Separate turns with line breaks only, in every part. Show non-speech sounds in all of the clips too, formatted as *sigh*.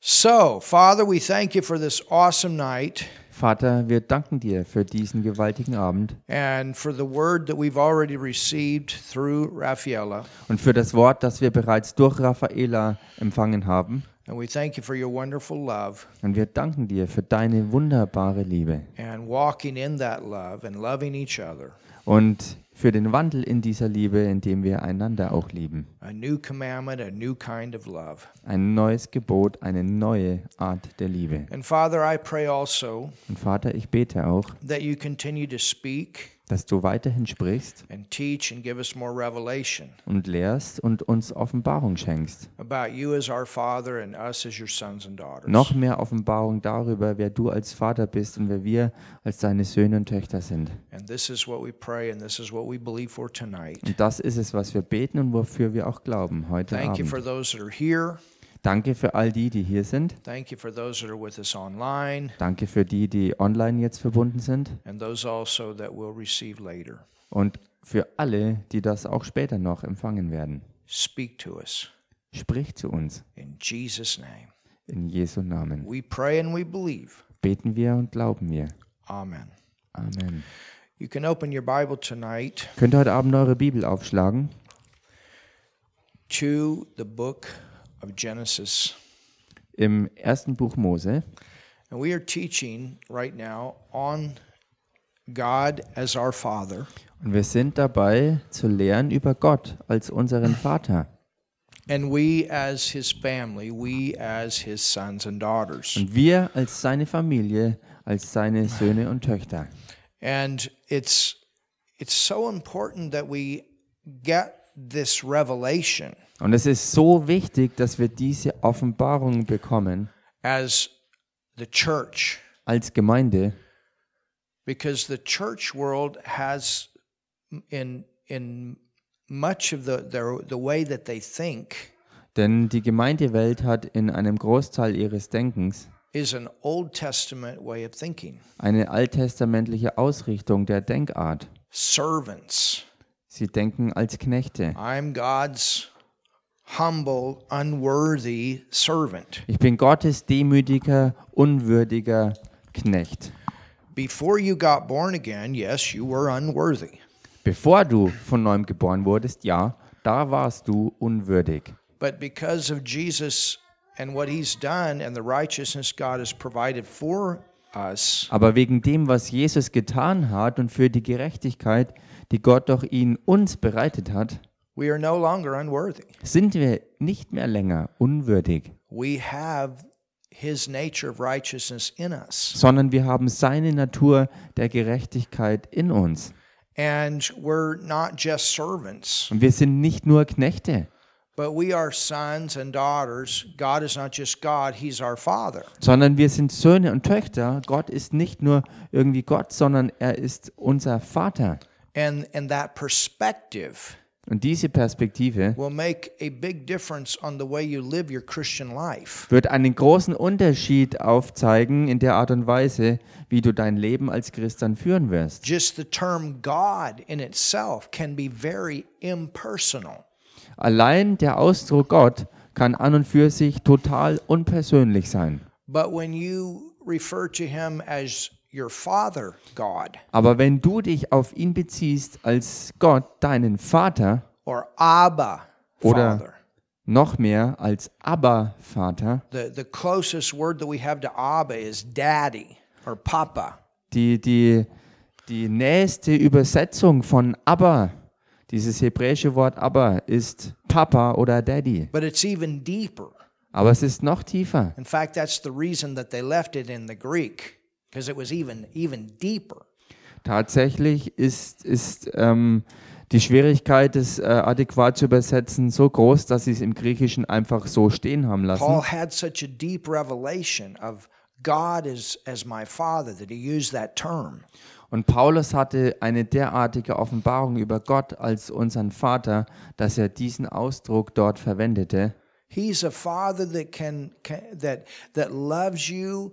So, Father, we thank you for this awesome night
Vater, wir danken dir für diesen gewaltigen Abend
and for the word that we've already received through Rafaela.
und für das Wort, das wir bereits durch Raffaela empfangen haben.
And we thank you for your wonderful love
Und wir danken dir für deine wunderbare Liebe
and walking in that love and loving each other.
und für den Wandel in dieser Liebe, indem wir einander auch lieben.
A new commandment, a new kind of love.
Ein neues Gebot, eine neue Art der Liebe.
And Father, I pray also
Und Vater, ich bete auch,
that you continue to speak
dass du weiterhin sprichst
and teach and give us more revelation
und lehrst und uns Offenbarung schenkst.
about you as our Father and us as your sons and daughters.
Noch mehr Offenbarung darüber, wer du als Vater bist und wer wir als deine Söhne und Töchter sind.
And this is what we pray and this is what we believe for tonight.
Und das ist es, was wir beten und wofür wir auch glauben heute
Thank you
Abend.
for those that are here.
Danke für all die, die hier sind.
Thank you for those that are with us online
Danke für die, die online jetzt verbunden sind.
and those also that will receive later.
Und für alle, die das auch später noch empfangen werden.
Speak to us
Sprich zu uns.
in Jesus' name.
In Jesu Namen.
We pray and we believe.
Beten wir und glauben wir.
Amen.
Amen.
You can open your Bible tonight
Könnt ihr heute Abend eure Bibel aufschlagen
to the book of Genesis.
im ersten Buch Mose.
And we are teaching right now on God as our Father.
Und wir sind dabei zu lernen über Gott als unseren Vater.
And we, as his family, we, as his sons and daughters.
Und wir als seine Familie, als seine Söhne und Töchter.
And it's, it's so important that we get this revelation
Und es ist so wichtig, dass wir diese Offenbarung bekommen
as the church,
als Gemeinde,
because the church world has, in, in much of the, their, the way that they think,
denn die Gemeindewelt hat in einem Großteil ihres Denkens
is an Old Testament way of thinking.
eine alttestamentliche Ausrichtung der Denkart.
Servants.
Sie denken als Knechte.
I'm God's humble, unworthy servant.
Ich bin Gottes demütiger, unwürdiger Knecht.
Before you got born again, yes, you were unworthy.
Bevor du von neuem geboren wurdest, ja, da warst du unwürdig.
But because of Jesus and what he's done and the righteousness God has provided for us,
Aber wegen dem, was Jesus getan hat und für die Gerechtigkeit, die Gott doch ihn uns bereitet hat,
we are no longer unworthy.
sind wir nicht mehr länger unwürdig,
We have his nature of righteousness in us.
sondern wir haben seine Natur der Gerechtigkeit in uns.
And we're not just servants,
Und wir sind nicht nur Knechte,
but we are sons and daughters. God is not just God, he's our Father.
sondern wir sind Söhne und Töchter. Gott ist nicht nur irgendwie Gott, sondern er ist unser Vater.
And, and that perspective
Und diese Perspektive
will make a big difference on the way you live your Christian life.
wird einen großen Unterschied aufzeigen in der Art und Weise, wie du dein Leben als Christ dann führen wirst.
Just the term God in itself can be very impersonal.
Allein der Ausdruck Gott kann an und für sich total unpersönlich sein.
But when you refer to him as your Father God
Aber wenn du dich auf ihn beziehst als Gott, deinen Vater,
or Abba
Oder-
Father,
noch mehr als Aber-Vater,
the, the closest word that we have to Abba is daddy or papa.
die, die, die nächste Übersetzung von Aber, dieses hebräische Wort Aber, ist Papa oder Daddy.
But it's even deeper.
Aber es ist noch tiefer.
In fact, that's the reason that they left it in the Greek because it was even even deeper.
Tatsächlich ist, ist ähm, die Schwierigkeit, es äh, adäquat zu übersetzen, so groß, dass sie es im Griechischen einfach so stehen haben lassen.
Paul had such a deep revelation of God as, as my father that he used that term.
Und Paulus hatte eine derartige Offenbarung über Gott als unseren Vater, dass er diesen Ausdruck dort verwendete.
He's a father that can, can that that loves you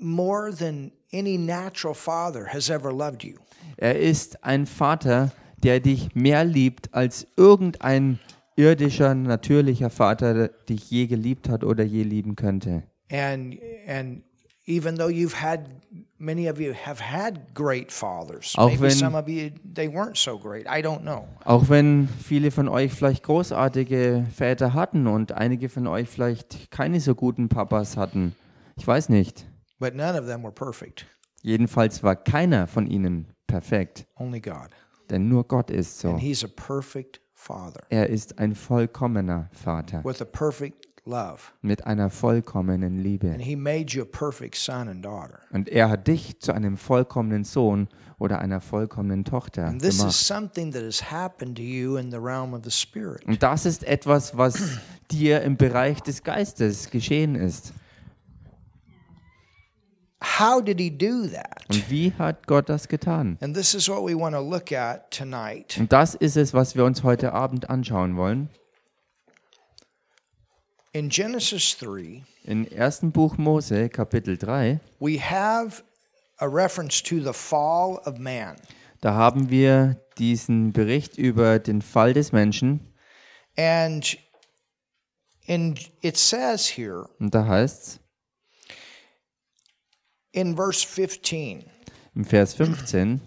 more than any natural father has ever loved you.
Er ist ein Vater, der dich mehr liebt als irgendein irdischer, natürlicher Vater dich je geliebt hat oder je lieben könnte.
And and even though you've had many of you have had great fathers,
Auch
maybe
wenn-
some of you they weren't so great. I don't know.
Auch wenn viele von euch vielleicht großartige Väter hatten und einige von euch vielleicht keine so guten Papas hatten. Ich weiß nicht.
But none of them were perfect.
Jedenfalls war keiner von ihnen perfekt,
Only God.
denn nur Gott ist so.
And he's a perfect father
Er ist ein vollkommener Vater
with a perfect love.
mit einer vollkommenen Liebe.
And he made you a perfect son and daughter.
Und er hat dich zu einem vollkommenen Sohn oder einer vollkommenen Tochter
And this is
gemacht.
something that has happened to you in the realm of the spirit.
Und das ist etwas, was *clears throat* dir im Bereich des Geistes geschehen ist.
How did he do that?
Und wie hat Gott das getan?
And this is what we want to look at tonight.
Und das ist es, was wir uns heute Abend anschauen wollen.
In Genesis 3,
Im ersten Buch Mose, Kapitel 3,
we have a reference to the fall of man.
da haben wir diesen Bericht über den Fall des Menschen.
And in, it says here
Und da heißt's
in verse 15,
im Vers 15,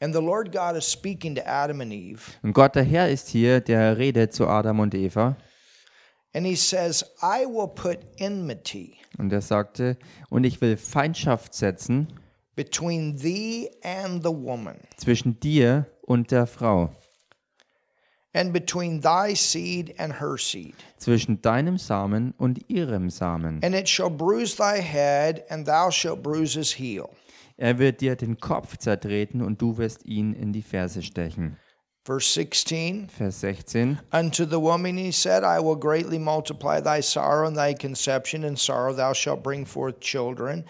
and the Lord God is speaking to Adam and Eve,
und Gott der Herr ist hier, der redet zu Adam und Eva.
and he says, I will put enmity
Und er sagte, und ich will Feindschaft setzen
between thee and the woman,
zwischen dir und der Frau,
and between thy seed and her seed.
zwischen deinem Samen und ihrem Samen.
And it shall bruise thy head, and thou shalt bruise his heel.
Er wird dir den Kopf zertreten und du wirst ihn in die Ferse stechen.
Verse 16
Vers 16.
Unto the woman he said, I will greatly multiply thy sorrow and thy conception. In sorrow thou shalt bring forth children,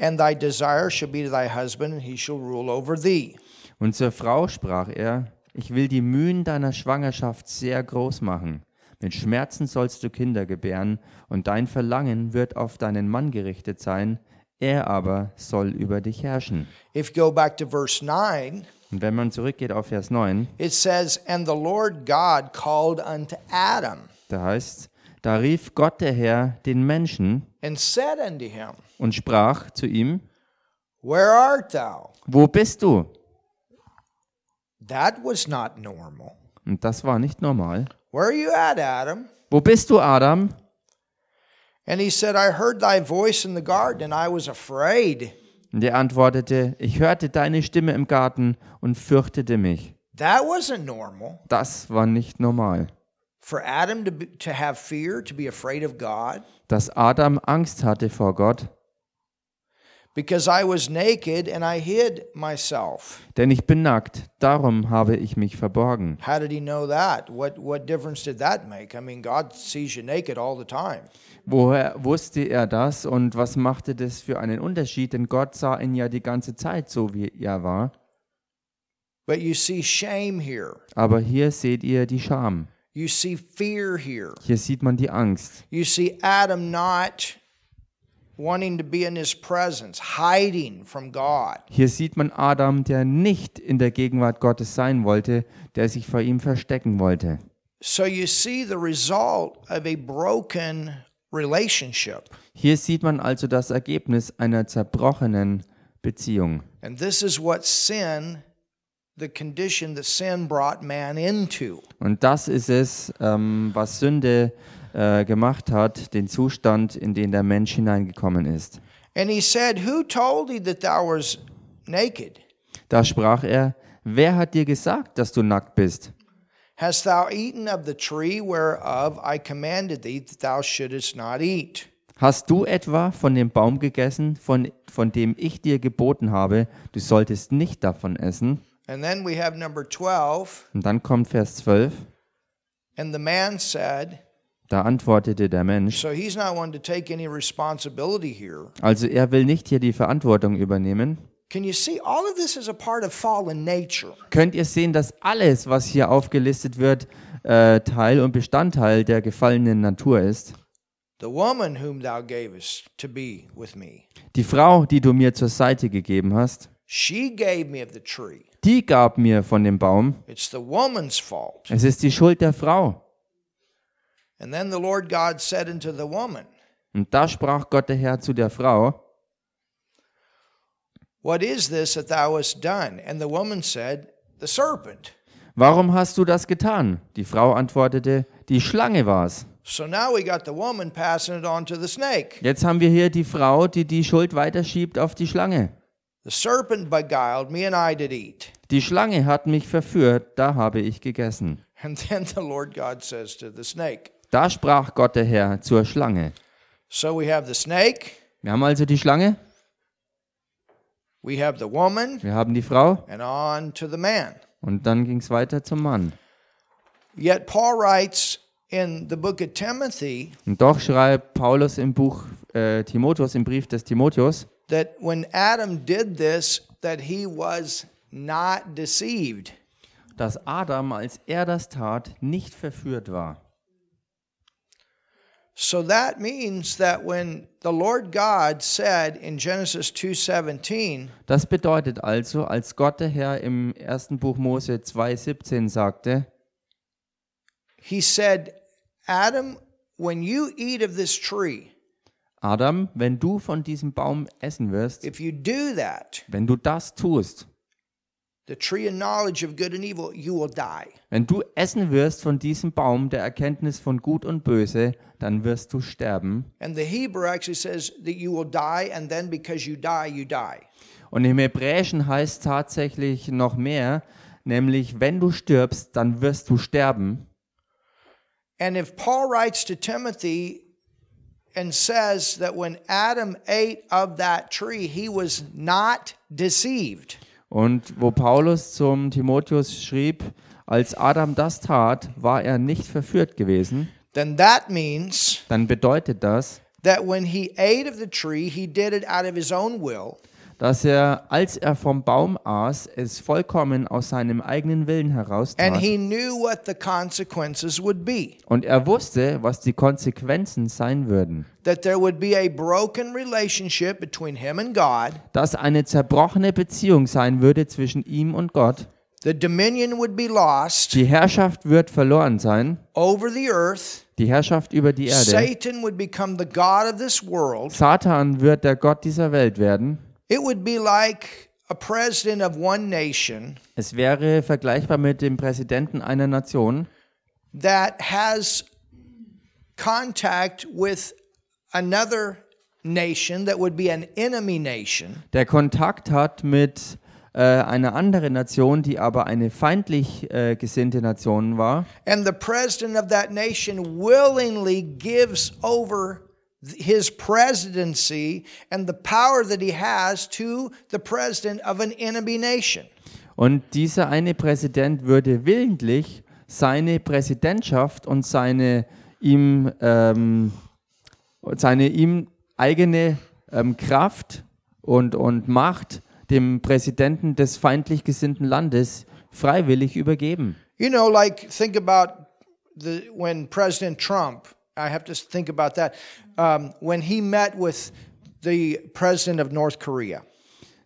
and thy desire shall be to thy husband, and he shall rule over thee.
Und zur Frau sprach er, ich will die Mühen deiner Schwangerschaft sehr groß machen. Mit Schmerzen sollst du Kinder gebären, und dein Verlangen wird auf deinen Mann gerichtet sein, er aber soll über dich herrschen.
If you go back to verse 9,
Und wenn man zurückgeht auf Vers 9,
it says, And the Lord God called unto Adam
da heißt, da rief Gott der Herr den Menschen
and said unto him,
und sprach zu ihm,
Where art thou?
wo bist du?
That was not normal.
Und das war nicht normal.
Where are you at, Adam?
Wo bist du, Adam?
And he said, I heard thy voice in the garden, and I was afraid.
Und er antwortete, ich hörte deine Stimme im Garten und fürchtete mich.
That wasn't normal
Das war nicht normal.
for Adam to, be, to have fear, to be afraid of God,
Dass Adam Angst hatte vor Gott,
because I was naked and I hid myself.
denn ich bin nackt, darum habe ich mich verborgen.
How did he know that? What, what difference did that make? I mean, God sees you naked all the time.
Woher wusste er das und was machte das für einen Unterschied? Denn Gott sah ihn ja die ganze Zeit so, wie er war.
But you see shame here,
Aber hier seht ihr die Scham.
you see fear here,
Hier sieht man die Angst.
you see Adam not wanting to be in his presence, hiding from God.
Hier sieht man Adam, der nicht in der Gegenwart Gottes sein wollte, der sich vor ihm verstecken wollte.
So you see the result of a broken relationship.
Hier sieht man also das Ergebnis einer zerbrochenen Beziehung.
And this is what sin, the condition that sin brought man into.
Und das ist es, ähm, was Sünde äh, gemacht hat, den Zustand, in den der Mensch hineingekommen ist.
And he said, Who told thee that thou wast naked?
Da sprach er, wer hat dir gesagt, dass du nackt bist?
Hast thou eaten of the tree whereof I commanded thee that thou shouldest not eat?
Hast du etwa von dem Baum gegessen, von, von dem ich dir geboten habe, du solltest nicht davon essen?
And then we have number 12.
Und dann kommt Vers 12,
And the man said,
da antwortete der Mensch,
So he's not one to take any responsibility here.
also er will nicht hier die Verantwortung übernehmen,
Can you see? All of this is a part of fallen nature.
könnt ihr sehen, dass alles, was hier aufgelistet wird, äh, Teil und Bestandteil der gefallenen Natur ist.
The woman whom thou gavest to be with me.
Die Frau, die du mir zur Seite gegeben hast,
She gave me of the tree.
Die gab mir von dem Baum.
It's the woman's fault.
Es ist die Schuld der Frau.
And then the Lord God said unto the woman,
Und da sprach Gott der Herr zu der Frau,
What is this that thou hast done? And the woman said, The serpent.
Warum hast du das getan? Die Frau antwortete, die Schlange war's.
So now we got the woman passing it on to the snake.
Jetzt haben wir hier die Frau, die die Schuld weiterschiebt auf die Schlange.
The serpent beguiled me, and I did eat. *laughs*
Die Schlange hat mich verführt, da habe ich gegessen.
And then the Lord God says to the snake.
Da sprach Gott der Herr zur Schlange.
So we have the snake,
Wir haben also die Schlange,
we have the woman,
wir haben die Frau
and on to the man.
und dann ging's weiter zum Mann.
Yet Paul writes in the book of Timothy
Und doch schreibt Paulus im Buch äh, Timotheus, im Brief des Timotheus,
that when Adam did this, that he was not deceived.
dass Adam, als er das tat, nicht verführt war.
So that means that when the Lord God said in Genesis 2:17,
Das bedeutet also, als Gott der Herr im ersten Buch Mose 2,17 sagte,
he said, "Adam, when you eat of this tree,
Adam, wenn du von diesem Baum essen wirst,
if you do that,
wenn du das tust,
the tree of knowledge of good and evil, you will die."
wenn du essen wirst von diesem Baum der Erkenntnis von Gut und Böse, dann wirst du sterben.
And the Hebrew actually says that you will die, and then because you die, you die.
Und im Hebräischen heißt tatsächlich noch mehr, nämlich wenn du stirbst, dann wirst du sterben.
And if Paul writes to Timothy and says that when Adam ate of that tree, he was not deceived.
Und wo Paulus zum Timotheus schrieb, als Adam das tat, war er nicht verführt gewesen,
then that means
dann bedeutet das,
that when he ate of the tree, he did it out of his own will,
dass er, als er vom Baum aß, es vollkommen aus seinem eigenen Willen heraus
and
tat.
he knew what the consequences would be.
Und er wusste, was die Konsequenzen sein würden.
That there would be a broken relationship between him and God,
Dass eine zerbrochene Beziehung sein würde zwischen ihm und Gott.
the dominion would be lost
Die Herrschaft wird verloren sein.
over the earth,
Die Herrschaft über die Erde.
Satan would become the God of this world.
Satan wird der Gott dieser Welt werden.
It would be like a president of one nation
Es wäre vergleichbar mit dem Präsidenten einer Nation,
that has contact with another nation that would be an enemy nation.
der Kontakt hat mit äh, einer anderen Nation, die aber eine feindlich äh, gesinnte Nation war.
And the president of that nation willingly gives over th- his presidency and the power that he has to the president of an enemy nation.
Und dieser eine Präsident würde willentlich seine Präsidentschaft und seine ihm, ähm, seine ihm eigene ähm, Kraft und, und Macht dem Präsidenten des feindlich gesinnten Landes freiwillig übergeben.
You know, like think about the when President Trump. I have to think about that um, when he met with the president of North Korea.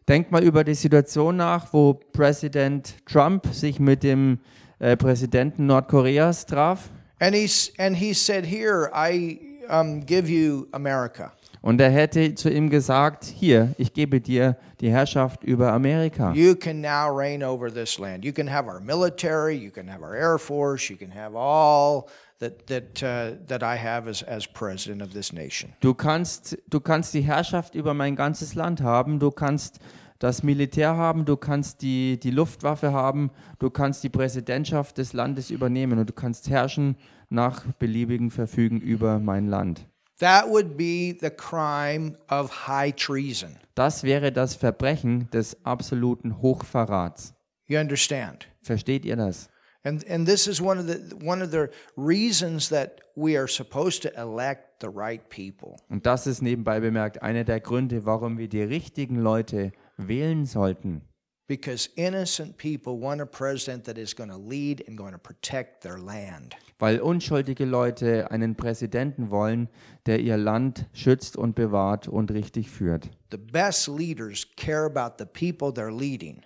Denkt mal über die Situation nach, wo Präsident Trump sich mit dem äh, Präsidenten Nordkoreas traf.
And he's and he said, "Here, I um, give you America.
Und er hätte zu ihm gesagt, hier, ich gebe dir die Herrschaft über Amerika.
You can now reign over this land. You can have our military. You can have our air force. You can have all that that uh, that I have as as president of this nation."
Du kannst, du kannst die Herrschaft über mein ganzes Land haben, du kannst das Militär haben, du kannst die, die Luftwaffe haben, du kannst die Präsidentschaft des Landes übernehmen und du kannst herrschen nach beliebigem Verfügen über mein Land.
That would be the crime of high treason.
Das wäre das Verbrechen des absoluten Hochverrats.
You understand?
Versteht ihr das?
And and this is one of the one of the reasons that we are supposed to elect the right people.
Und das ist nebenbei bemerkt einer der Gründe, warum wir die richtigen Leute wählen sollten.
because innocent people want a president that is going to lead and going to protect their land.
weil unschuldige Leute einen Präsidenten wollen, der ihr Land schützt und bewahrt und richtig führt.
The best leaders care about the people they're leading.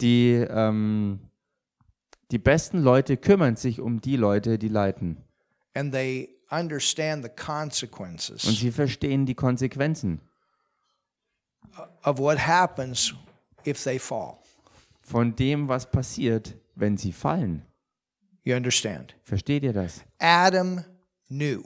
Die, ähm, die besten Leute kümmern sich um die Leute, die leiten.
and they understand the
Und
consequences
sie verstehen die Konsequenzen
of what happens if they fall.
von dem, was passiert, wenn sie fallen.
You understand?
Versteht ihr das?
Adam knew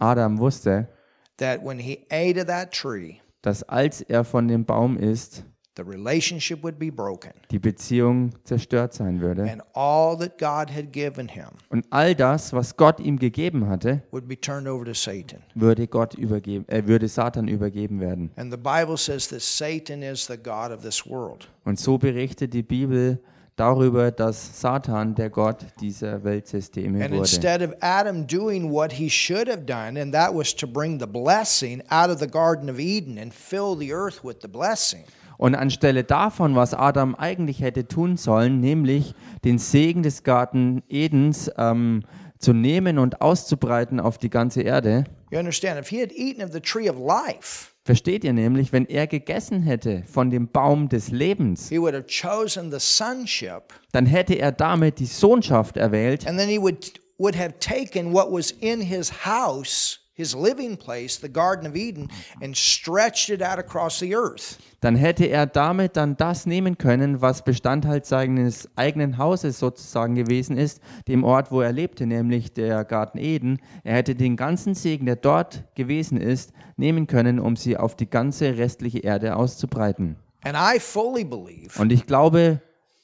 Adam wusste,
that when he ate of that tree,
dass als er von dem Baum isst,
the relationship would be broken,
die Beziehung zerstört sein würde.
and all that God had given him
Und all das, was Gott ihm gegeben hatte,
would be turned over to Satan.
würde Gott übergeben, äh, würde Satan übergeben werden.
And the Bible says that Satan is the God of this world.
Und so berichtet die Bibel darüber, dass Satan der Gott dieser Weltsysteme
And
wurde.
instead of Adam doing what he should have done, and that was to bring the blessing out of the Garden of Eden and fill the earth with the blessing,
Und anstelle davon, was Adam eigentlich hätte tun sollen, nämlich den Segen des Garten Edens ähm, zu nehmen und auszubreiten auf die ganze Erde,
You understand? If he had eaten of the tree of life,
versteht ihr nämlich, wenn er gegessen hätte von dem Baum des Lebens,
he would have chosen the sonship,
dann hätte er damit die Sohnschaft erwählt
and then he would would have taken what was in his house, his living place, the Garden of Eden, and stretched it out across the earth.
dann hätte er damit dann das nehmen können, was Bestandteil seines eigenen Hauses sozusagen gewesen ist, dem Ort, wo er lebte, nämlich der Garten Eden. Er hätte den ganzen Segen, der dort gewesen ist, nehmen können, um sie auf die ganze restliche Erde auszubreiten.
And I fully believe
Und ich glaube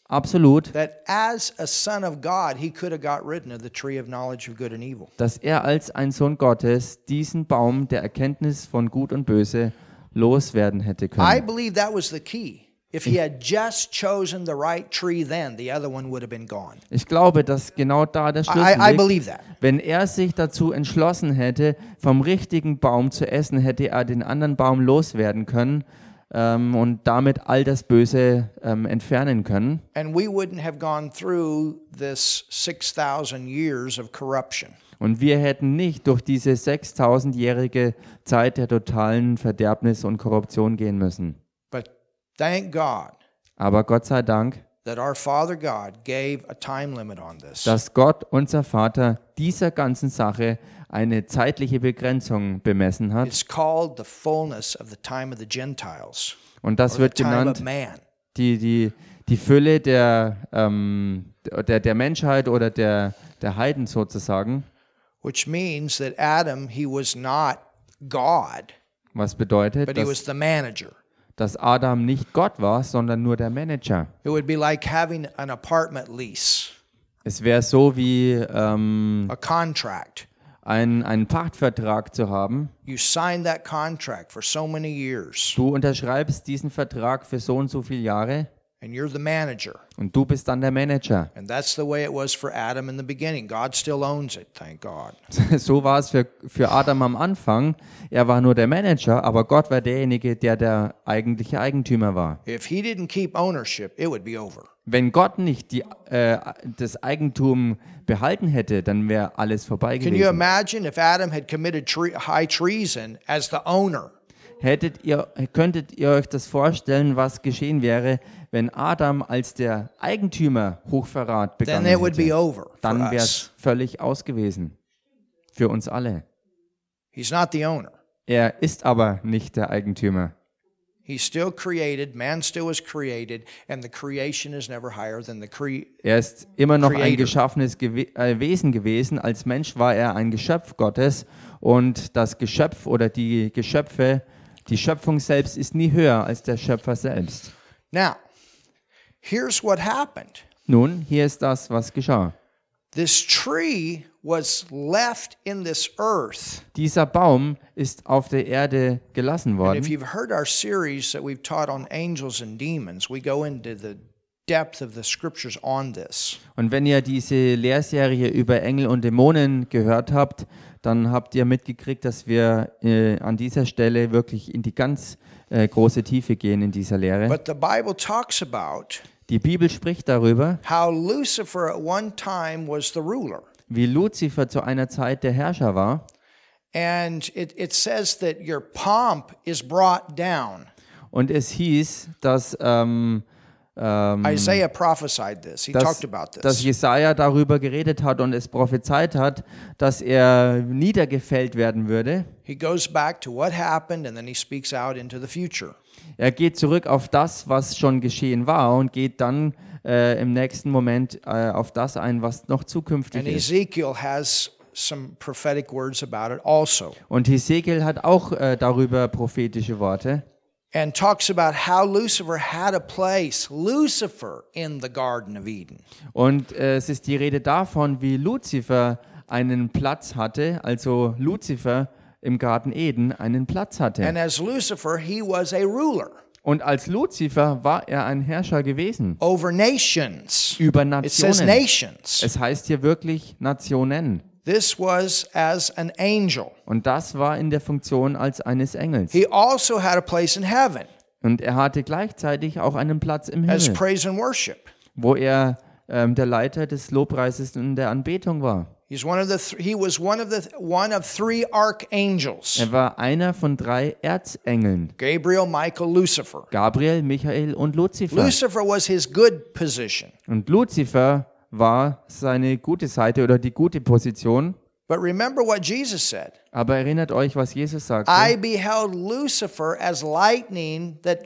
absolut,
that as a son of God, he could have got rid of the tree of knowledge of good and evil.
dass er als ein Sohn Gottes diesen Baum der Erkenntnis von Gut und Böse loswerden hätte
I
können.
believe that was the key. If he had just chosen the right tree, then the other one would have been gone.
Ich glaube, dass genau da der Schlüssel
I, I
liegt.
believe that.
Wenn er sich dazu entschlossen hätte, vom richtigen Baum zu essen, hätte er den anderen Baum loswerden können ähm, und damit all das Böse ähm, entfernen können.
and we wouldn't have gone through this 6,000 years of corruption.
Und wir hätten nicht durch diese 6000-jährige Zeit der totalen Verderbnis und Korruption gehen müssen.
But thank God
Aber Gott sei Dank,
that our Father God gave a time limit on this.
dass Gott, unser Vater, dieser ganzen Sache eine zeitliche Begrenzung bemessen hat.
It's called the fullness of the time of the Gentiles,
Und das wird
time
genannt
of man.
die, die, die Fülle der, ähm, der, der Menschheit oder der, der Heiden sozusagen,
Which means that Adam, he was not God,
was bedeutet,
but he
dass,
was the manager.
dass Adam nicht Gott war, sondern nur der Manager.
It would be like having an apartment lease,
Es wäre so wie ähm,
a contract.
ein, einen Pachtvertrag zu haben.
You signed that contract for so many years,
Du unterschreibst diesen Vertrag für so und so viele Jahre
and you're the manager.
und du bist dann der Manager. *laughs*
And that's the way it was for Adam in the beginning. God still owns it, thank God.
So war es für, für Adam am Anfang. Er war nur der Manager, aber Gott war derjenige, der der eigentliche Eigentümer war.
If he didn't keep ownership, it would be over.
Wenn Gott nicht die, äh, das Eigentum behalten hätte, dann wäre alles vorbei
Can you
gewesen.
imagine if Adam had committed tre- high treason as the owner?
Hättet ihr, könntet ihr euch das vorstellen, was geschehen wäre, wenn Adam als der Eigentümer Hochverrat
Then
begangen
it would be
hätte?
over for
Dann wäre
us.
es völlig aus gewesen. Für uns alle.
He's not the owner.
Er ist aber nicht der Eigentümer.
He's still created. Man still is created, and the creation is never higher than the cre.
Er ist immer noch ein
Creator.
geschaffenes Gewe äh, Wesen gewesen. Als Mensch war er ein Geschöpf Gottes und das Geschöpf oder die Geschöpfe, die Schöpfung selbst ist nie höher als der Schöpfer selbst.
Now, here's what happened.
Nun, hier ist das, was geschah.
This tree was left in this earth.
Dieser Baum ist auf der Erde gelassen
And if
worden.
you've heard our series that we've taught on angels and demons, we go into the depth of the scriptures on this.
Und wenn ihr diese Lehrserie über Engel und Dämonen gehört habt, dann habt ihr mitgekriegt, dass wir äh, an dieser Stelle wirklich in die ganz äh, große Tiefe gehen in dieser Lehre.
But the Bible talks about
Die Bibel spricht darüber,
how Lucifer at one time was the ruler.
wie Luzifer zu einer Zeit der Herrscher war.
And it, it says that your pomp is brought down.
Und es hieß, dass, ähm, ähm,
Isaiah prophesied this. He
dass,
talked about this.
dass Jesaja darüber geredet hat und es prophezeit hat, dass er niedergefällt werden würde.
he goes back to what happened and then he speaks out into the future.
Er geht zurück auf das, was schon geschehen war und geht dann äh, im nächsten Moment äh, auf das ein, was noch zukünftig
And
ist.
Ezekiel has some prophetic words about it also
Und Hesekiel hat auch äh, darüber prophetische Worte
and talks about how Lucifer had a place, Lucifer in the Garden of Eden.
und äh, es ist die Rede davon, wie Luzifer einen Platz hatte, also Luzifer im Garten Eden einen Platz hatte.
And as Lucifer, he was a ruler
Und als Luzifer war er ein Herrscher gewesen
over nations.
über
It says
Nationen.
nations.
Es heißt hier wirklich Nationen.
This was as an angel.
Und das war in der Funktion als eines Engels.
He also had a place in heaven
Und er hatte gleichzeitig auch einen Platz im
as
Himmel,
praise and worship.
wo er ähm, der Leiter des Lobpreises und der Anbetung war.
He's one of the th- he was one of the th- one of three archangels:
Er war einer von drei Erzengeln,
Gabriel, Michael, Lucifer.
Gabriel, Michael und Luzifer.
Lucifer was his good position.
Und Luzifer war seine gute Seite oder die gute Position.
But remember what Jesus said.
Aber erinnert euch, was Jesus sagte.
I beheld Lucifer as lightning that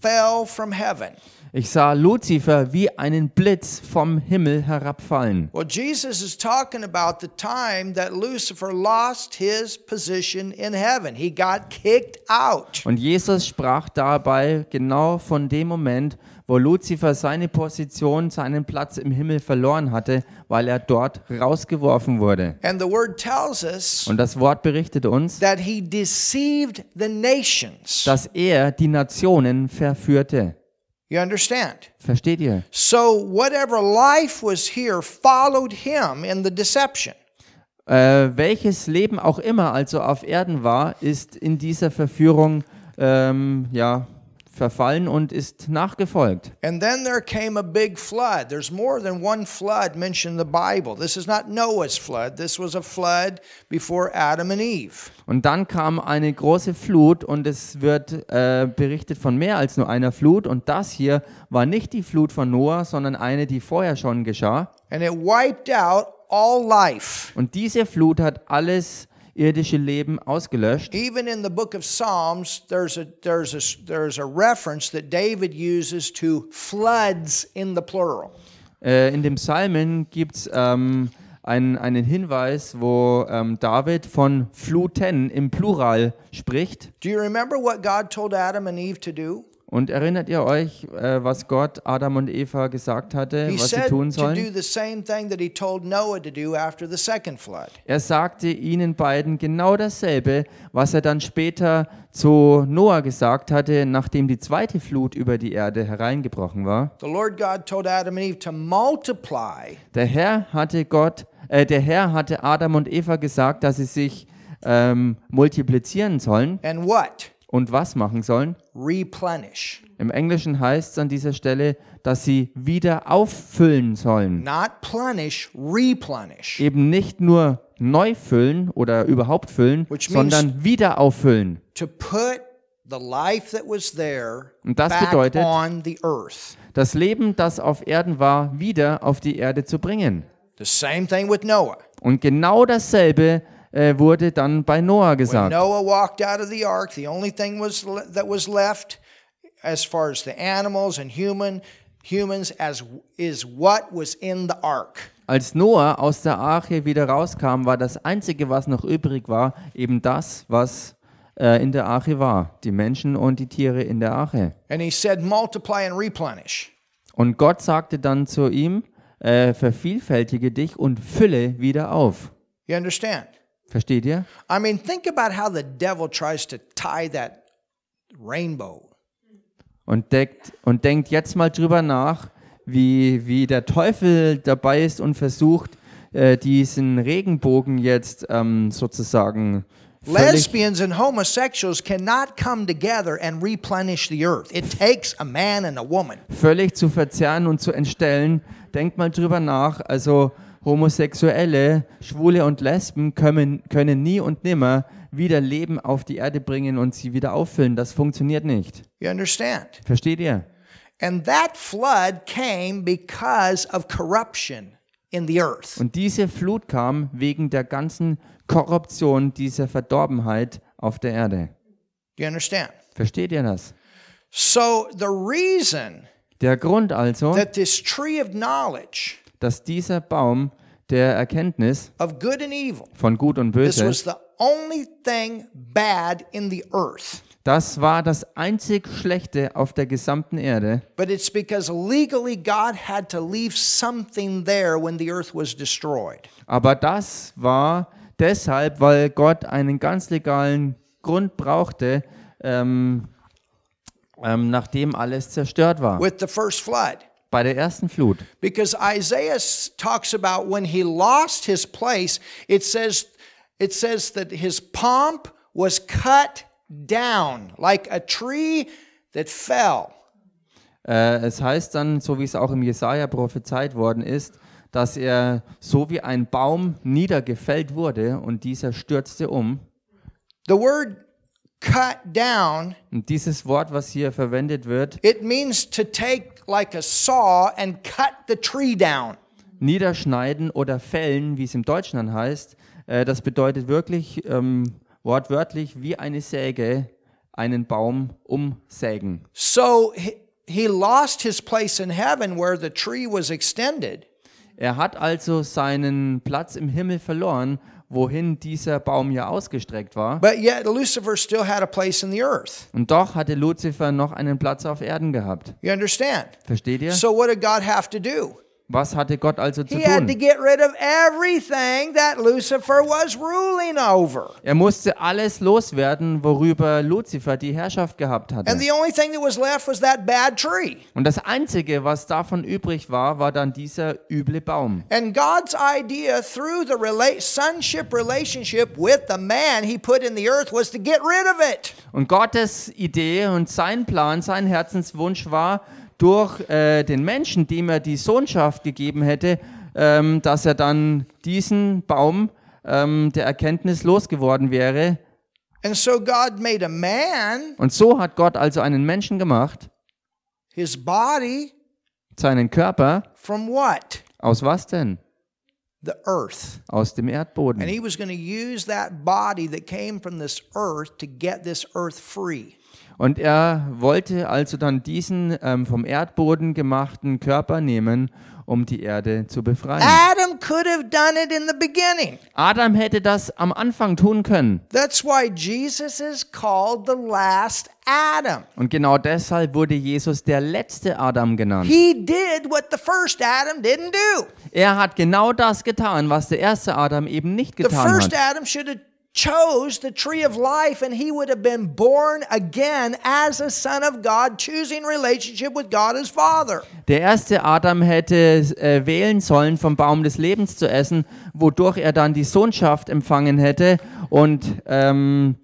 fell from heaven.
ich sah Luzifer wie einen Blitz vom Himmel herabfallen.
Well, Jesus is talking about the time that Lucifer lost his position in heaven. He got kicked out.
Und Jesus sprach dabei genau von dem Moment, wo Luzifer seine Position, seinen Platz im Himmel verloren hatte, weil er dort rausgeworfen wurde.
And the word tells us
Und das Wort berichtet uns,
that he deceived the nations.
dass er die Nationen verführte.
You understand?
Versteht ihr?
So, whatever life was here followed him in the deception.
Äh, welches Leben auch immer also auf Erden war, ist in dieser Verführung ähm, ja, verfallen und ist nachgefolgt.
And then there came a big flood. There's more than one flood mentioned in the Bible. This is not Noah's flood. This was a flood before Adam and Eve.
Und dann kam eine große Flut und es wird äh, berichtet von mehr als nur einer Flut. Und das hier war nicht die Flut von Noah, sondern eine, die vorher schon geschah.
And it wiped out all life.
Und diese Flut hat alles irdische Leben ausgelöscht.
Even in the book of Psalms, there's a, there's a, there's a reference that David uses to floods in the plural.
Äh, in dem Psalmen gibt es ähm, einen, einen Hinweis, wo ähm, David von Fluten im Plural spricht.
Do you remember what God told Adam and Eve to do?
Und erinnert ihr euch, äh, was Gott Adam und Eva gesagt hatte,
He
was sie
said
tun
to
sollen?
do the same thing that he told Noah to do after the second flood.
Er sagte ihnen beiden genau dasselbe, was er dann später zu Noah gesagt hatte, nachdem die zweite Flut über die Erde hereingebrochen war.
The Lord God told Adam and Eve to multiply
Der Herr hatte Gott, äh, der Herr hatte Adam und Eva gesagt, dass sie sich ähm, multiplizieren sollen
and what?
und was machen sollen.
Replenish.
Im Englischen heißt es an dieser Stelle, dass sie wieder auffüllen sollen.
Not plenish, replenish.
Eben nicht nur neu füllen oder überhaupt füllen,
Which means-
sondern wieder auffüllen.
To put the life that was there
Und das
back
bedeutet-
on the earth.
das Leben, das auf Erden war, wieder auf die Erde zu bringen.
The same thing with Noah.
Und genau dasselbe äh, wurde dann bei Noah gesagt.
Noah walked out of the ark. The only thing was le- that was left as far as the animals and human humans as is what was in the ark.
Als Noah aus der Arche wieder rauskam, war das Einzige, was noch übrig war, eben das, was äh, in der Arche war. Die Menschen und die Tiere in der Arche.
And he said multiply and replenish.
Und Gott sagte dann zu ihm, äh, vervielfältige dich und fülle wieder auf.
You understand?
Versteht ihr?
I mean, think about how the devil tries to tie that rainbow.
Und, deckt, und denkt jetzt mal drüber nach, wie, wie der Teufel dabei ist und versucht, äh, diesen Regenbogen jetzt ähm, sozusagen Völlig
Lesbians and homosexuals cannot come together and replenish the earth. It takes a man and a woman.
völlig zu verzerren und zu entstellen. Denkt mal drüber nach. Also Homosexuelle, Schwule und Lesben können, können nie und nimmer wieder Leben auf die Erde bringen und sie wieder auffüllen. Das funktioniert nicht.
You understand?
Versteht ihr?
And that flood came because of corruption in the earth.
Und diese Flut kam wegen der ganzen Korruption, dieser Verdorbenheit auf der Erde.
Do you understand?
Versteht ihr das?
So the reason
Der Grund also,
that this tree of knowledge
dass dieser Baum der Erkenntnis
of good and evil,
von Gut und
this
Böse,
was the only thing bad in the earth.
das war das einzig Schlechte auf der gesamten Erde.
But it's because legally God had to leave something there when the earth was destroyed.
Aber das war deshalb, weil Gott einen ganz legalen Grund brauchte, ähm, ähm, nachdem alles zerstört war.
with the first flood.
Bei der ersten Flut.
Because Isaiah s- talks about when he lost his place, it says, it says that his pomp was cut down like a tree that fell.
Äh, es heißt dann, so wie es auch im Jesaja prophezeit worden ist, dass er so wie ein Baum niedergefällt wurde und dieser stürzte um.
The word cut down,
Und dieses Wort, was hier verwendet wird,
it means to take like a saw and cut the tree down.
niederschneiden oder fällen, wie es im Deutschen dann heißt, äh, das bedeutet wirklich ähm, wortwörtlich wie eine Säge einen Baum umsägen.
So he, he lost his place in heaven where the tree was extended.
Er hat also seinen Platz im Himmel verloren, wohin dieser Baum ja ausgestreckt war.
But yet Lucifer still had a place in the earth.
Und doch hatte Luzifer noch einen Platz auf Erden gehabt.
You understand?
Versteht ihr?
So what did God have to do?
Was hatte Gott also zu
He had to
tun?
get rid of everything that Lucifer was ruling over.
Er musste alles loswerden, worüber Luzifer die Herrschaft gehabt hatte.
And the only thing that was left was that bad tree.
Und das Einzige, was davon übrig war, war dann dieser üble Baum.
And God's idea through the rela- sonship relationship with the man he put in the earth was to get rid of it.
Und Gottes Idee und sein Plan, sein Herzenswunsch war, durch äh, den Menschen, dem er die Sohnschaft gegeben hätte, ähm, dass er dann diesen Baum ähm, der Erkenntnis losgeworden wäre.
And so God made a man,
Und so hat Gott also einen Menschen gemacht,
his body,
seinen Körper,
from what?
aus was denn?
The earth.
Aus dem
And
Erdboden.
he was going to use that body that came from this earth to get this earth free.
Und er wollte also dann diesen ähm, vom Erdboden gemachten Körper nehmen, um die Erde zu befreien.
Adam could have done it in the beginning.
Adam hätte das am Anfang tun können.
That's why Jesus is called the last Adam.
Und genau deshalb wurde Jesus der letzte Adam genannt.
He did what the first Adam didn't do.
Er hat genau das getan, was der erste Adam eben nicht
The
getan
first
hat.
Adam should have chose the tree of life and he would have been born again as a son of God choosing relationship with God as father.
Der erste Adam hätte äh, wählen sollen, vom Baum des Lebens zu essen, wodurch er dann die Sohnschaft empfangen hätte und ähm,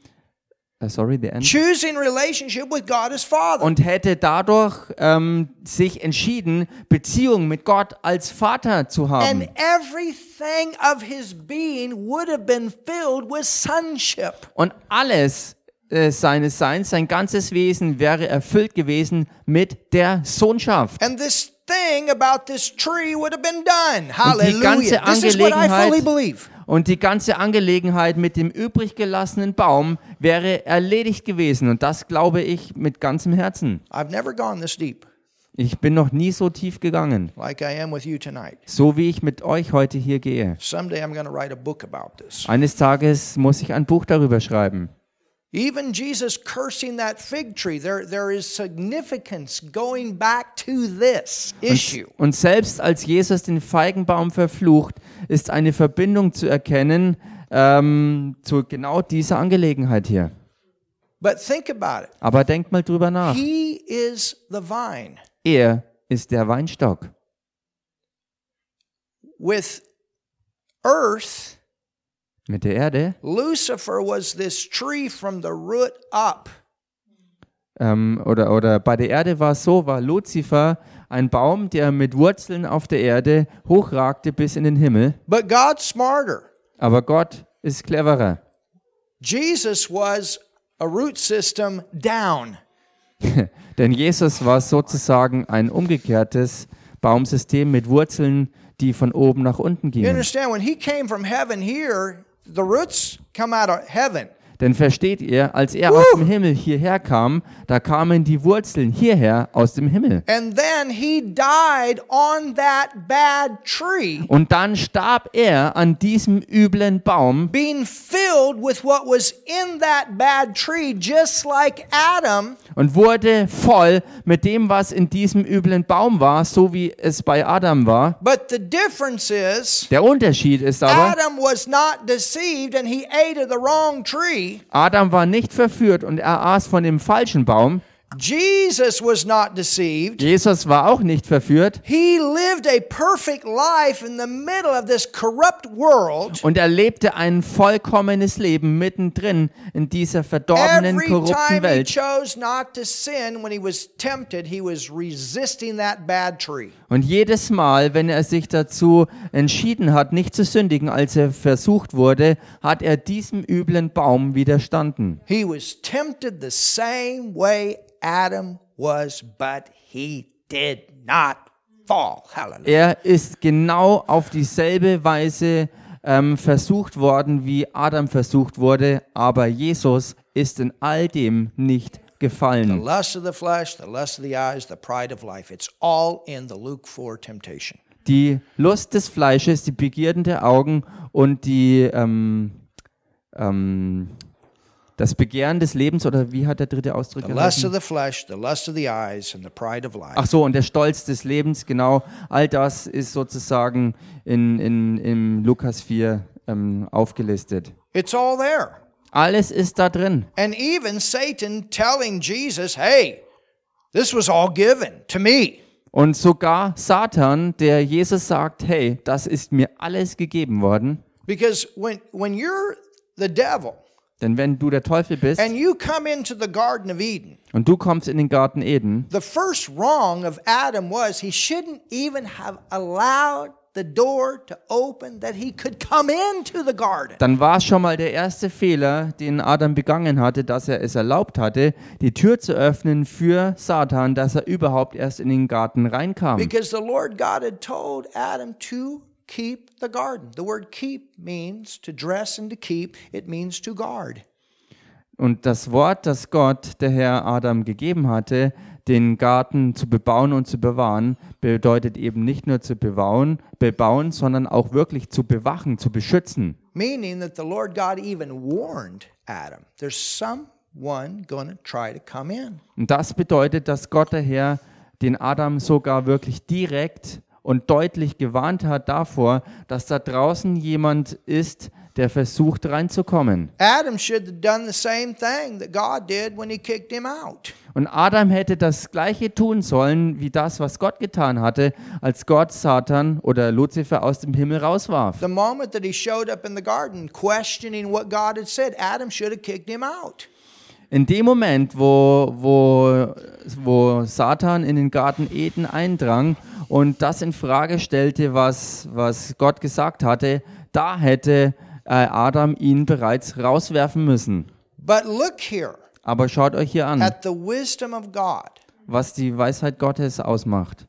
äh, sorry, the end.
Choosing relationship with God as father.
und hätte dadurch ähm, sich entschieden, Beziehung mit Gott als Vater zu haben.
And everything of his being would have been filled with sonship.
Und alles äh, seines Seins, sein ganzes Wesen wäre erfüllt gewesen mit der Sohnschaft.
And this thing about this tree would have been done.
Und die ganze
Hallelujah. This is what I fully
Angelegenheit-
believe.
Und die ganze Angelegenheit mit dem übrig gelassenen Baum wäre erledigt gewesen. Und das glaube ich mit ganzem Herzen.
I've never gone this deep
Ich bin noch nie so tief gegangen,
like I am with you tonight.
so wie ich mit euch heute hier gehe.
Someday I'm going to write a book about this.
Eines Tages muss ich ein Buch darüber schreiben.
Even Jesus cursing that fig tree, there, there is significance going back to this issue.
Und selbst als Jesus den Feigenbaum verflucht, ist eine Verbindung zu erkennen ähm, zu genau dieser Angelegenheit hier.
But think about it.
Aber denkt mal drüber nach.
He is the vine.
Er ist der Weinstock.
With earth,
Mit der Erde
Lucifer was this tree from the root up.
ähm, oder, oder bei der Erde war es so, war Luzifer ein Baum, der mit Wurzeln auf der Erde hochragte bis in den Himmel.
But God's smarter.
Aber Gott ist cleverer.
Jesus was a root system down.
Denn Jesus war sozusagen ein umgekehrtes Baumsystem mit Wurzeln, die von oben nach unten
You
gingen.
understand? When he came from heaven here, the roots come out of heaven.
Denn versteht ihr, als er aus dem Himmel hierher kam, da kamen die Wurzeln hierher aus dem Himmel.
And then he died on that bad tree,
Und dann starb er an diesem üblen Baum,
being filled with what was in that bad tree, just like Adam.
und wurde voll mit dem, was in diesem üblen Baum war, so wie es bei Adam war.
But the difference is
Der Unterschied ist aber,
Adam was not deceived and he ate of the wrong tree.
Adam war nicht verführt und er aß von dem falschen Baum.
Jesus was not deceived.
Jesus war auch nicht verführt
He lived a perfect life in the middle of this corrupt world.
und er lebte ein vollkommenes Leben mittendrin in dieser verdorbenen,
Every
korrupten
time he
Welt.
chose not to sin when he was tempted, he was resisting that bad tree.
Und jedes Mal, wenn er sich dazu entschieden hat, nicht zu sündigen, als er versucht wurde, hat er diesem üblen Baum widerstanden.
He was tempted the same way Adam was, but he did not fall. Hallelujah.
Er ist genau auf dieselbe Weise ähm, versucht worden, wie Adam versucht wurde, aber Jesus ist in all dem nicht
The
gefallen.
lust of the flesh, the lust of the eyes, the pride of life. It's all in the Luke 4 temptation.
Die Lust des Fleisches, die Begierden der Augen und die, ähm, ähm, das Begehren des Lebens, oder wie hat der dritte Ausdruck
The lust
geheißen?
of the flesh, the lust of the eyes, and the pride of life.
Ach so, und der Stolz des Lebens, genau, all das ist sozusagen in, in, in Lukas 4 ähm, aufgelistet.
It's all there.
Alles ist da drin.
And even Satan telling Jesus, hey, this was all given to me.
Und sogar Satan, der Jesus sagt, hey, das ist mir alles gegeben worden.
Because when, when you're the devil
Denn wenn du der Teufel bist
and you come into the Garden of Eden,
und du kommst in den Garten Eden,
the first wrong of Adam was he shouldn't even have allowed the door to open that he could come into the garden.
dann war es schon mal der erste Fehler, den Adam begangen hatte, dass er es erlaubt hatte, die Tür zu öffnen für Satan, dass er überhaupt erst in den Garten reinkam.
Because the Lord God had told Adam to keep the garden. The word keep means to dress and to keep, it means to guard.
Und das Wort, das Gott, der Herr Adam gegeben hatte, den Garten zu bebauen und zu bewahren, bedeutet eben nicht nur zu bewauen, bebauen, sondern auch wirklich zu bewachen, zu beschützen.
Meaning that the Lord God even warned Adam there's someone going to try to come in.
Und das bedeutet, dass Gott der Herr den Adam sogar wirklich direkt und deutlich gewarnt hat davor, dass da draußen jemand ist, der versucht reinzukommen.
Adam should have done the same thing that God did when he kicked him out.
Und Adam hätte das gleiche tun sollen wie das, was Gott getan hatte, als Gott Satan oder Luzifer aus dem Himmel rauswarf.
The moment that he showed up in the garden questioning what God had said, Adam should have kicked him out.
In dem Moment, wo, wo, wo Satan in den Garten Eden eindrang und das in Frage stellte, was, was Gott gesagt hatte, da hätte äh, Adam ihn bereits rauswerfen müssen.
But look here
Aber schaut euch hier an,
at the wisdom of God.
was die Weisheit Gottes ausmacht.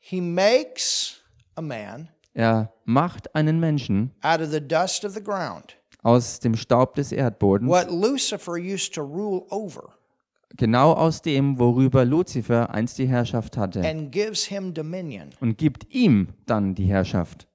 He makes a man
Er macht einen Menschen
out of the dust of the ground,
aus dem Staub des Erdbodens,
what Lucifer used to rule over,
genau aus dem, worüber Luzifer einst die Herrschaft hatte,
and gives him dominion.
und gibt ihm dann die Herrschaft.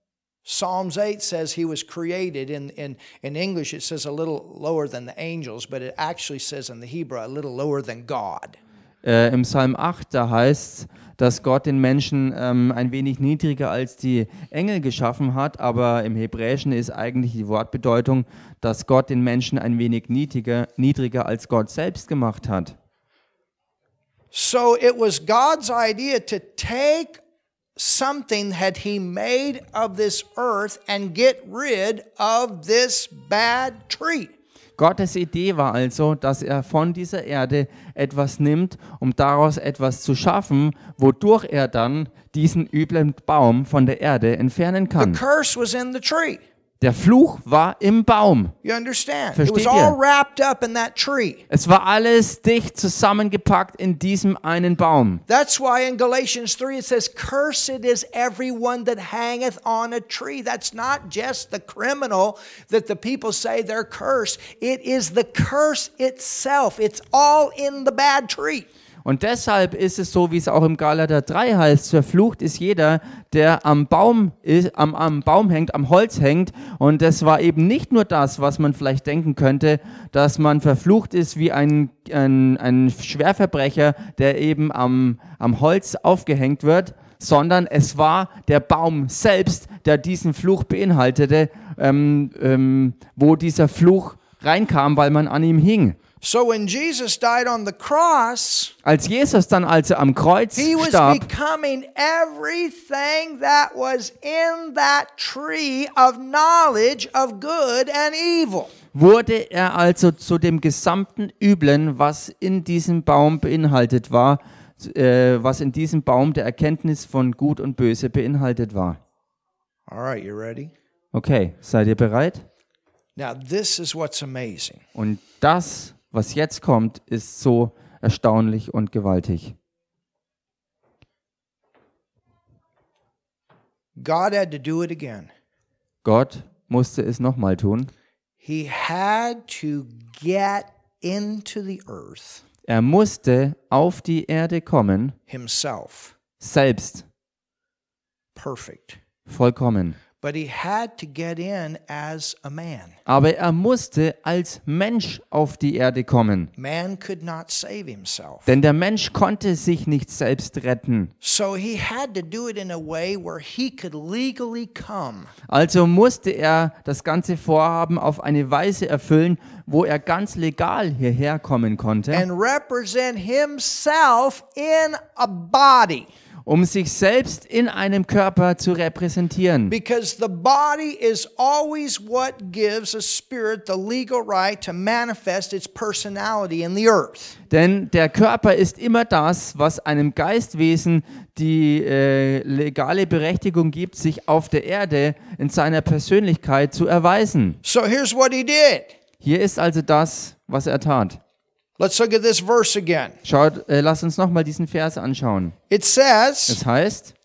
Psalms 8 says he was created in, in, in English, it says a little lower than the angels, but it actually says in the Hebrew a little lower than God.
äh, im Psalm 8, da heißt es, dass Gott den Menschen ähm, ein wenig niedriger als die Engel geschaffen hat, aber im Hebräischen ist eigentlich die Wortbedeutung, dass Gott den Menschen ein wenig niedriger, niedriger als Gott selbst gemacht hat.
So it was God's idea to take something had he made of this earth and get rid of this bad tree.
Gottes Idee war also, dass er von dieser Erde etwas nimmt, um daraus etwas zu schaffen, wodurch er dann diesen üblen Baum von der Erde entfernen
The
kann.
curse was in the tree.
Der Fluch war im Baum.
You understand? It was
Versteht
all
ihr?
wrapped up in that tree.
Es war alles dicht zusammengepackt in diesem einen Baum.
That's why in Galatians 3 it says, Cursed is everyone that hangeth on a tree. That's not just the criminal that the people say they're cursed, it is the curse itself. It's all in the bad tree.
Und deshalb ist es so, wie es auch im Galater 3 heißt, verflucht ist jeder, der am Baum, ist, am, am Baum hängt, am Holz hängt. Und das war eben nicht nur das, was man vielleicht denken könnte, dass man verflucht ist wie ein, ein, ein Schwerverbrecher, der eben am, am Holz aufgehängt wird, sondern es war der Baum selbst, der diesen Fluch beinhaltete, ähm, ähm, wo dieser Fluch reinkam, weil man an ihm hing.
So when Jesus died on the cross,
Als Jesus dann also am Kreuz
he was
starb,
becoming everything that was in that tree of knowledge of good and evil.
wurde er also zu dem gesamten Üblen, was in diesem Baum beinhaltet war, äh, was in diesem Baum der Erkenntnis von Gut und Böse beinhaltet war.
All right, you ready?
Okay, seid ihr bereit?
Now, this is what's amazing.
Und das, was jetzt kommt, ist so erstaunlich und gewaltig.
God had to do it again.
Gott musste es nochmal tun.
He had to get into the earth
Er musste auf die Erde kommen,
himself,
selbst,
perfect.
vollkommen.
But he had to get in as a man.
Aber er musste als Mensch auf die Erde kommen.
Man could not save himself.
Denn der Mensch konnte sich nicht selbst retten.
So he had to do it in a way where he could legally come
Also musste er das ganze Vorhaben auf eine Weise erfüllen, wo er ganz legal hierher kommen konnte,
and represent himself in a body
um sich selbst in einem Körper zu repräsentieren.
because the body is always what gives a spirit the legal right to manifest its personality in the earth.
Denn der Körper ist immer das, was einem Geistwesen die äh, legale Berechtigung gibt, sich auf der Erde in seiner Persönlichkeit zu erweisen.
So here's what he did.
Hier ist also das, was er tat.
Let's look at this verse again.
Schaut, äh, lasst uns nochmal diesen Vers anschauen.
It says,
Es heißt,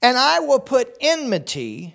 And I will put enmity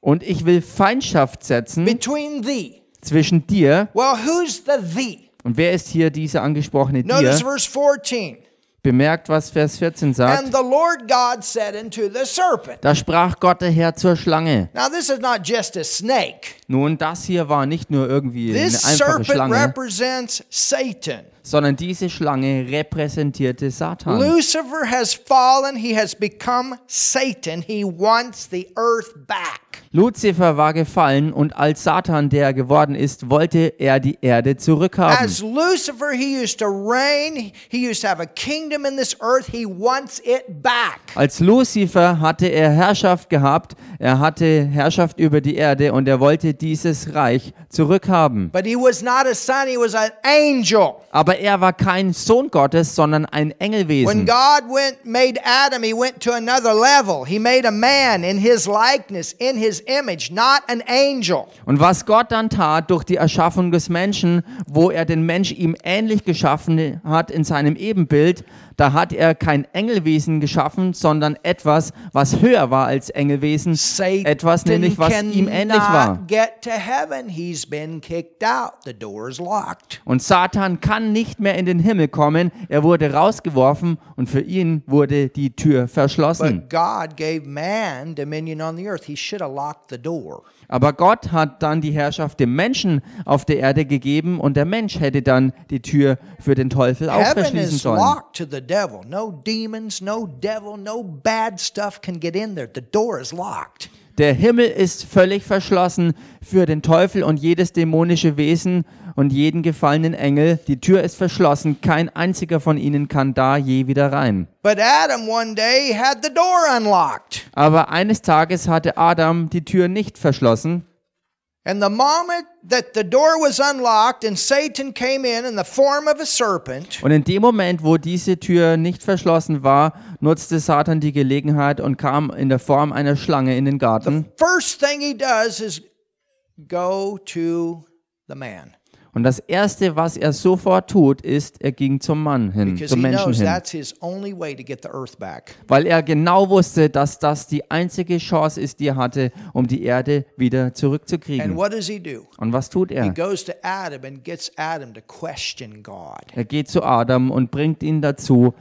Und ich will Feindschaft setzen
between thee.
zwischen dir.
Well, who's the thee?
Und wer ist hier dieser angesprochene
Notice
dir?
verse 14.
Bemerkt, was Vers 14
And
sagt.
the Lord God said unto the serpent.
Da sprach Gott der Herr zur Schlange.
Now, this is not just a snake.
Nun, das hier war nicht nur irgendwie eine
This
einfache
serpent
Schlange,
represents Satan.
sondern diese Schlange repräsentierte Satan.
Lucifer has fallen. He has become Satan. He wants the earth back.
Luzifer war gefallen und als Satan, der er geworden ist, wollte er die Erde zurückhaben.
As Lucifer, he used to reign. He used to have a kingdom in this earth. He wants it back.
Als Luzifer hatte er Herrschaft gehabt, er hatte Herrschaft über die Erde und er wollte dieses Reich zurückhaben.
But he was not a son, he was an angel.
Aber er war kein Sohn Gottes, sondern ein
When
Engelwesen.
God went made Adam, he went to another level. He made a man in his likeness, in his image, not an angel.
Und was Gott dann tat durch die Erschaffung des Menschen, wo er den Mensch ihm ähnlich geschaffen hat in seinem Ebenbild, da hat er kein Engelwesen geschaffen, sondern etwas, was höher war als Engelwesen,
Satan
etwas nämlich, was ihm ähnlich war.
cannot get to heaven. He's been kicked out. The door is locked.
Und Satan kann nicht mehr in den Himmel kommen, er wurde rausgeworfen und für ihn wurde die Tür verschlossen.
But God gave man dominion on the earth. He should have locked the door.
Aber Gott hat dann die Herrschaft dem Menschen auf der Erde gegeben und der Mensch hätte dann die Tür für den Teufel auch
Heaven
verschließen
is
sollen.
locked to the devil. No demons, no devil, no bad stuff can get in there. The door is locked.
Der Himmel ist völlig verschlossen für den Teufel und jedes dämonische Wesen und jeden gefallenen Engel. Die Tür ist verschlossen. Kein einziger von ihnen kann da je wieder rein.
But Adam one day had the door unlocked.
Aber eines Tages hatte Adam die Tür nicht verschlossen.
And the moment that the door was unlocked and Satan came in in the form of a serpent,
Und in dem Moment, wo diese Tür nicht verschlossen war, nutzte Satan die Gelegenheit und kam in der Form einer Schlange in den Garten.
first thing he does is go to the man
Und das Erste, was er sofort tut, ist, er ging zum Mann hin,
because
zum
he
Menschen
knows
hin.
that's his only way to get the earth back.
Weil er genau wusste, dass das die einzige Chance ist, die er hatte, um die Erde wieder
And
zurückzukriegen.
what does he do?
Und was tut
He
er?
goes to Adam and gets Adam to question God.
Er geht zu Adam und bringt ihn dazu,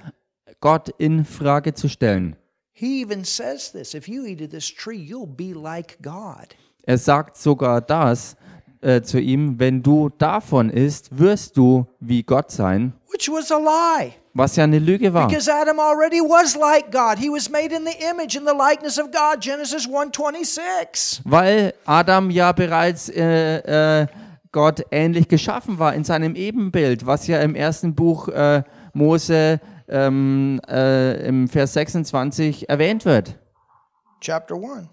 Gott in Frage zu stellen.
He even says this if you eat of this tree, you'll be like God.
Er sagt sogar das äh, zu ihm, wenn du davon isst, wirst du wie Gott sein,
Which was a lie,
was ja eine Lüge war.
because Adam already was like God. He was made in the image and the likeness of God, Genesis 1:26.
Weil Adam ja bereits äh, äh, Gott ähnlich geschaffen war in seinem Ebenbild, was ja im ersten Buch äh, Mose ähm, äh, im Vers 26 erwähnt wird.
Chapter 1.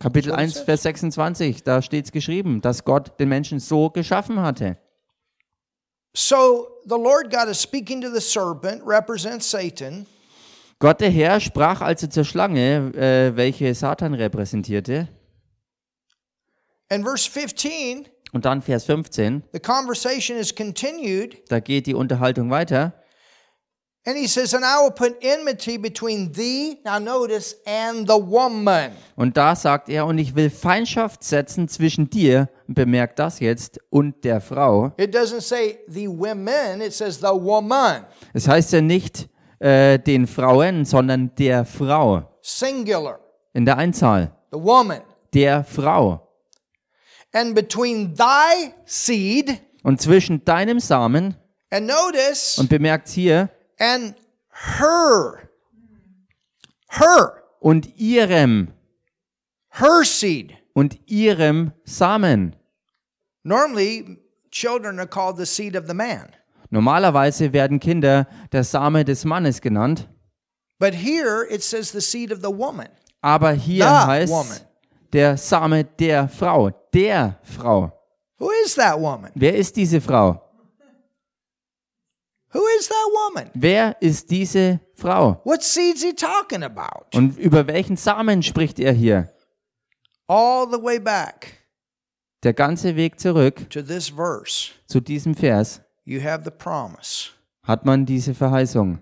Kapitel 1, Vers 26, da steht es geschrieben, dass Gott den Menschen so geschaffen hatte.
So the Lord God is speaking to the serpent, represents Satan,
Gott der Herr sprach also zur Schlange, äh, welche Satan repräsentierte.
and verse 15,
Und dann Vers 15,
the conversation is continued.
da geht die Unterhaltung weiter.
And he says, And I will put enmity between thee, now notice, and the woman.
Und da sagt er, und ich will Feindschaft setzen zwischen dir, bemerkt das jetzt, und der Frau.
It doesn't say the women, it says the woman,
Es heißt ja nicht äh, den Frauen, sondern der Frau.
singular,
In der Einzahl.
the woman.
Der Frau.
And between thy seed,
Und zwischen deinem Samen,
and notice,
und bemerkt hier,
and her, her,
und ihrem,
her seed.
und ihrem Samen.
Normally, children are called the seed of the man.
Normalerweise werden Kinder der Same des Mannes genannt,
But here it says the seed of the woman.
aber hier
The woman.
heißt der Same der Frau. Der Frau.
Who is that woman?
Wer ist diese Frau?
Who is that woman?
Wer ist diese Frau?
What seed's he talking about?
Und über welchen Samen spricht er hier?
All the way back
Der ganze Weg zurück
to this verse,
zu diesem Vers
you have the promise
hat man diese Verheißung,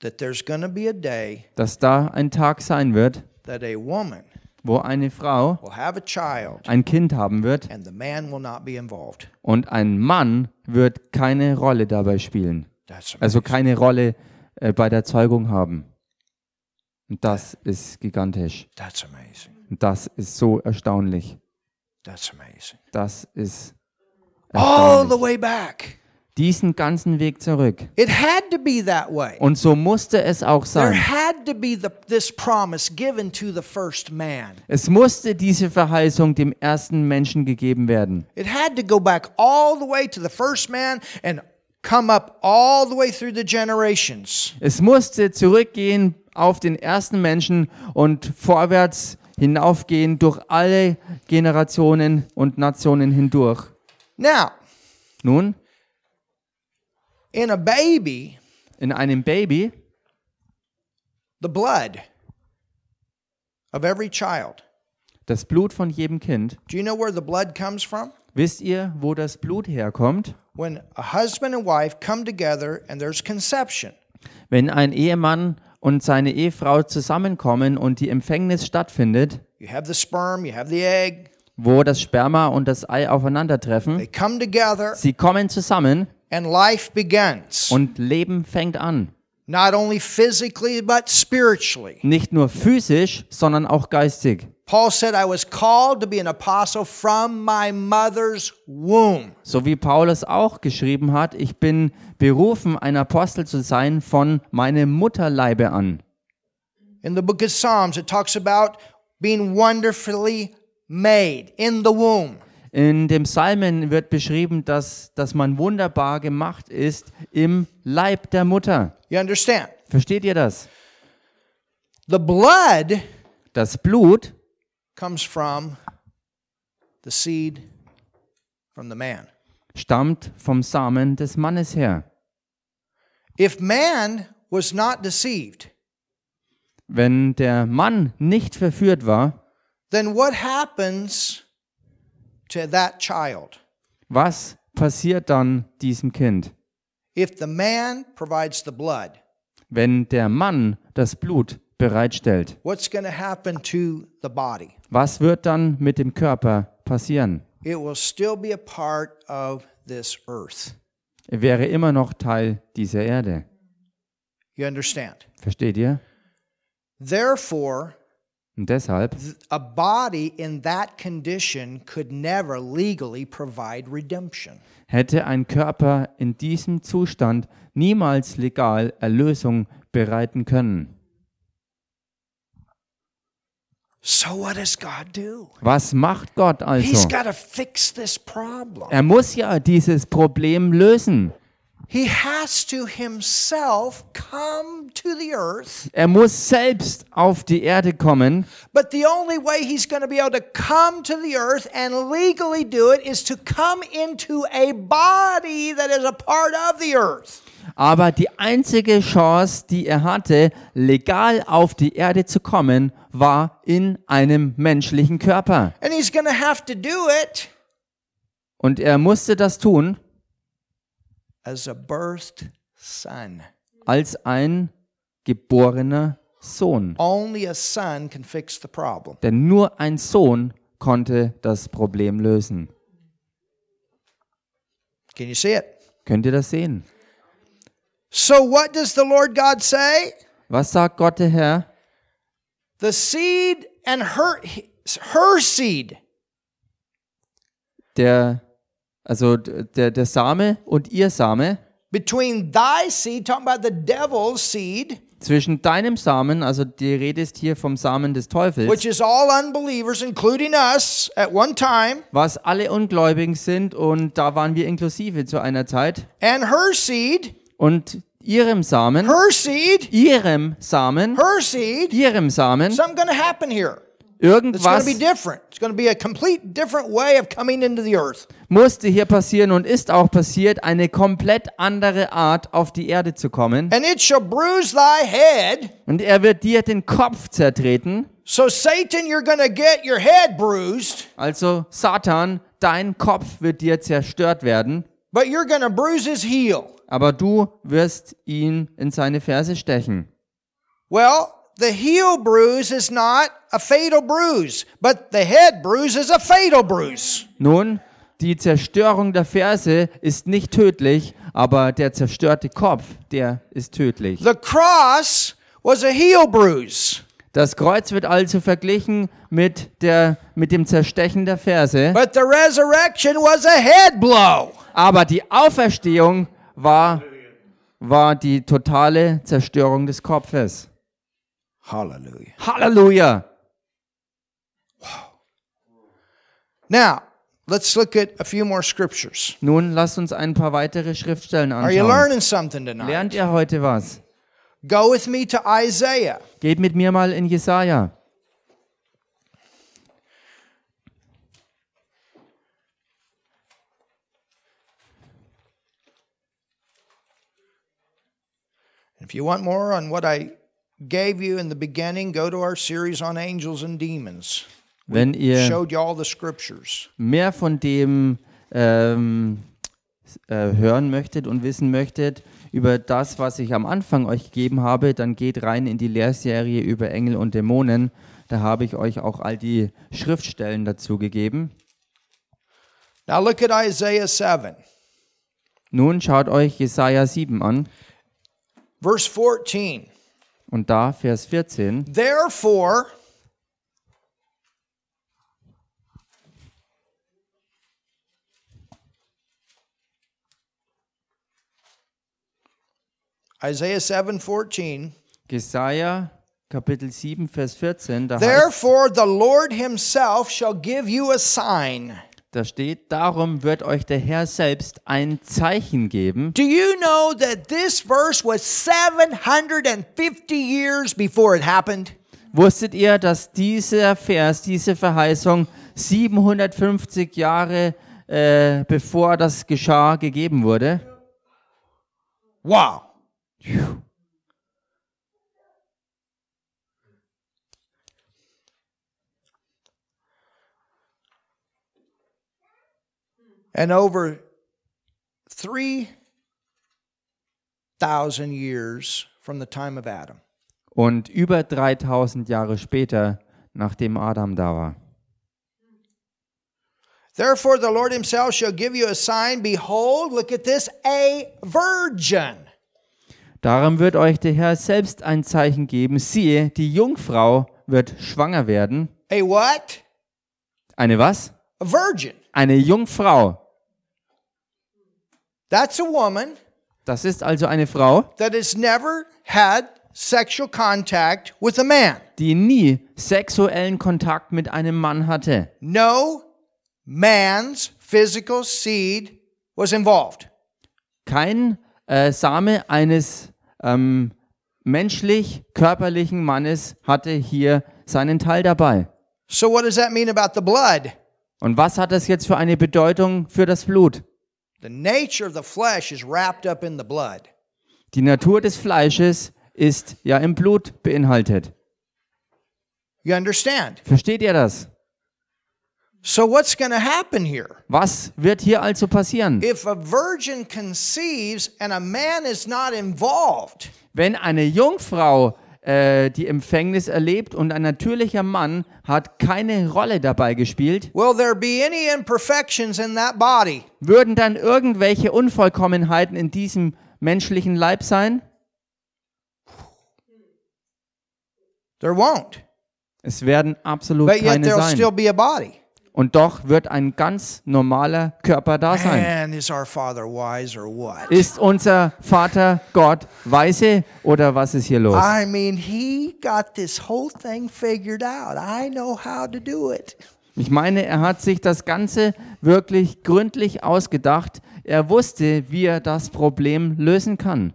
that there's going to be a day
dass da ein Tag sein wird,
that a woman
wo eine Frau
will have a child
ein Kind haben wird
and the man will not be involved.
und ein Mann wird keine Rolle dabei spielen.
That's
Also keine Rolle äh, bei der Zeugung haben. Und das ist gigantisch.
that's amazing.
Und das ist so erstaunlich.
That's amazing.
Das ist
All
erstaunlich.
the way back.
Diesen ganzen Weg zurück.
It had to be that way.
Und so musste es auch
There
sein.
had to be the, this promise given to the first man.
Es musste diese Verheißung dem ersten Menschen gegeben werden.
It had to go back all the way to the first man and come up all the way through the generations.
Es musste zurückgehen auf den ersten Menschen und vorwärts hinaufgehen durch alle Generationen und Nationen hindurch.
Now,
Nun,
in a baby,
in einem Baby
the blood of every child.
das Blut von jedem Kind.
Do you know where the blood comes from?
Wisst ihr, wo das Blut herkommt?
When a husband and wife come together and there's conception.
Wenn ein Ehemann und seine Ehefrau zusammenkommen und die Empfängnis stattfindet,
You have the sperm, you have the egg.
wo das Sperma und das Ei
They
aufeinandertreffen,
come together
sie kommen zusammen
and life begins.
und Leben fängt an.
Not only physically, but spiritually.
Nicht nur physisch, sondern auch geistig.
Paul said, I was called to be an apostle from my mother's womb.
So wie Paulus auch geschrieben hat, ich bin berufen, ein Apostel zu sein von meinem Mutterleibe an.
In the book of Psalms, it talks about being wonderfully made in the womb.
In dem Psalmen wird beschrieben, dass, dass man wunderbar gemacht ist im Leib der Mutter.
You understand?
Versteht ihr das?
The blood
Das Blut
comes from the seed from the man.
stammt vom Samen des Mannes her.
If man was not deceived,
Wenn der Mann nicht verführt war,
then what happens to that child?
was passiert dann diesem Kind?
If the man provides the blood,
Wenn der Mann das Blut bereitstellt,
what's going to happen to the body?
was wird dann mit dem Körper passieren?
It will still be a part of this earth.
Er wäre immer noch Teil dieser Erde.
You understand?
Versteht ihr?
Therefore,
Und deshalb
a body in that condition could never legally provide redemption.
hätte ein Körper in diesem Zustand niemals legal Erlösung bereiten können.
So, what does God do?
Was macht Gott
He's
also?
got to fix this problem.
Er muss ja dieses Problem lösen.
He has to himself come to the earth,
Er muss selbst auf die Erde kommen,
but the only way he's going to be able to come to the earth and legally do it is to come into a body that is a part of the earth.
aber die einzige Chance, die er hatte, legal auf die Erde zu kommen, war in einem menschlichen Körper.
And he's going to have to do it
Und er musste das tun
as a birthed son.
als ein geborener Sohn.
Only a son can fix the problem.
Denn nur ein Sohn konnte das Problem lösen.
Can you see it?
Könnt ihr das sehen?
So, what does the Lord God say?
Was sagt Gott der Herr?
The seed and her, her seed.
Der, also d- der, der Same und ihr Same,
between thy seed, talking about the devil's seed,
zwischen deinem Samen, also die Rede ist hier vom Samen des Teufels,
which is all unbelievers, including us at one time,
was alle Ungläubigen sind und da waren wir inklusive zu einer Zeit,
and her seed,
und ihrem Samen,
her seed,
ihrem Samen,
her seed.
ihrem Samen,
Something's going to happen here. It's going
irgendwas
to be different. It's going to be a complete different way of coming into the earth.
musste hier passieren und ist auch passiert, eine komplett andere Art auf die Erde zu kommen.
And it shall bruise thy head.
Und er wird dir den Kopf zertreten.
So, Satan, you're going to get your head bruised,
Also Satan, dein Kopf wird dir zerstört werden,
but you're going to bruise his heel.
aber du wirst ihn in seine Ferse stechen.
Well, the heel bruise is not a fatal bruise, but the head bruise is a fatal bruise.
Nun, die Zerstörung der Ferse ist nicht tödlich, aber der zerstörte Kopf, der ist tödlich.
The cross was a heel bruise,
Das Kreuz wird also verglichen mit, der, mit dem Zerstechen der Ferse,
but the resurrection was a head blow.
aber die Auferstehung war, war die totale Zerstörung des Kopfes.
Hallelujah.
Halleluja!
Now, let's look at a few more scriptures.
Nun lasst uns ein paar weitere Schriftstellen
Are you
anschauen.
learning something tonight?
Lernt ihr heute was?
Go with me to Isaiah.
Geht mit mir mal in Jesaja.
If you want more on what I gave you in the beginning, go to our series on angels and demons.
Wenn ihr
Showed you all the scriptures.
mehr von dem ähm, äh, hören möchtet und wissen möchtet über das, was ich am Anfang euch gegeben habe, dann geht rein in die Lehrserie über Engel und Dämonen. Da habe ich euch auch all die Schriftstellen dazu gegeben.
Now look at Isaiah 7,
Nun schaut euch Jesaja 7 an
verse 14.
und da Vers 14.
Therefore, Isaiah 7:14,
Jesaja Kapitel 7, Vers 14, da, heißt,
Therefore, the Lord himself shall give you a sign.
da steht, darum wird euch der Herr selbst ein Zeichen geben.
Do you know that this verse was 750 years before it happened?
Wusstet ihr, dass dieser Vers, diese Verheißung 750 Jahre äh, bevor das geschah, gegeben wurde?
Wow. And over 3,000 years from the time of Adam.
Und über 3000 Jahre später, nachdem Adam da war.
Therefore, the Lord himself shall give you a sign. Behold, look at this, a virgin.
Darum wird euch der Herr selbst ein Zeichen geben. Siehe, die Jungfrau wird schwanger werden.
A what?
Eine was?
A virgin.
Eine Jungfrau.
That's a woman
Das ist also eine Frau,
that has never had sexual contact with a man.
die nie sexuellen Kontakt mit einem Mann hatte.
No man's physical seed was involved.
Kein äh, Same eines ähm, menschlich körperlichen Mannes hatte hier seinen Teil dabei.
So, what does that mean about the blood?
Und was hat das jetzt für eine Bedeutung für das Blut?
The nature of the flesh is wrapped up in the blood.
Die Natur des Fleisches ist ja im Blut beinhaltet.
You understand?
Versteht ihr das?
So, what's going to happen here?
Was wird hier also passieren?
If a virgin conceives and a man is not involved,
Wenn eine Jungfrau äh, die Empfängnis erlebt und ein natürlicher Mann hat keine Rolle dabei gespielt,
will there be any imperfections in that body?
würden dann irgendwelche Unvollkommenheiten in diesem menschlichen Leib sein?
There won't.
Es werden absolut
But yet
keine
there'll still
sein.
be a body.
Und doch wird ein ganz normaler Körper da sein.
Man, is our Father wise or what?
Ist unser Vater Gott weise oder was ist hier los?
I mean, he got this whole thing figured out. I know how to do it.
Ich meine, er hat sich das Ganze wirklich gründlich ausgedacht. Er wusste, wie er das Problem lösen kann.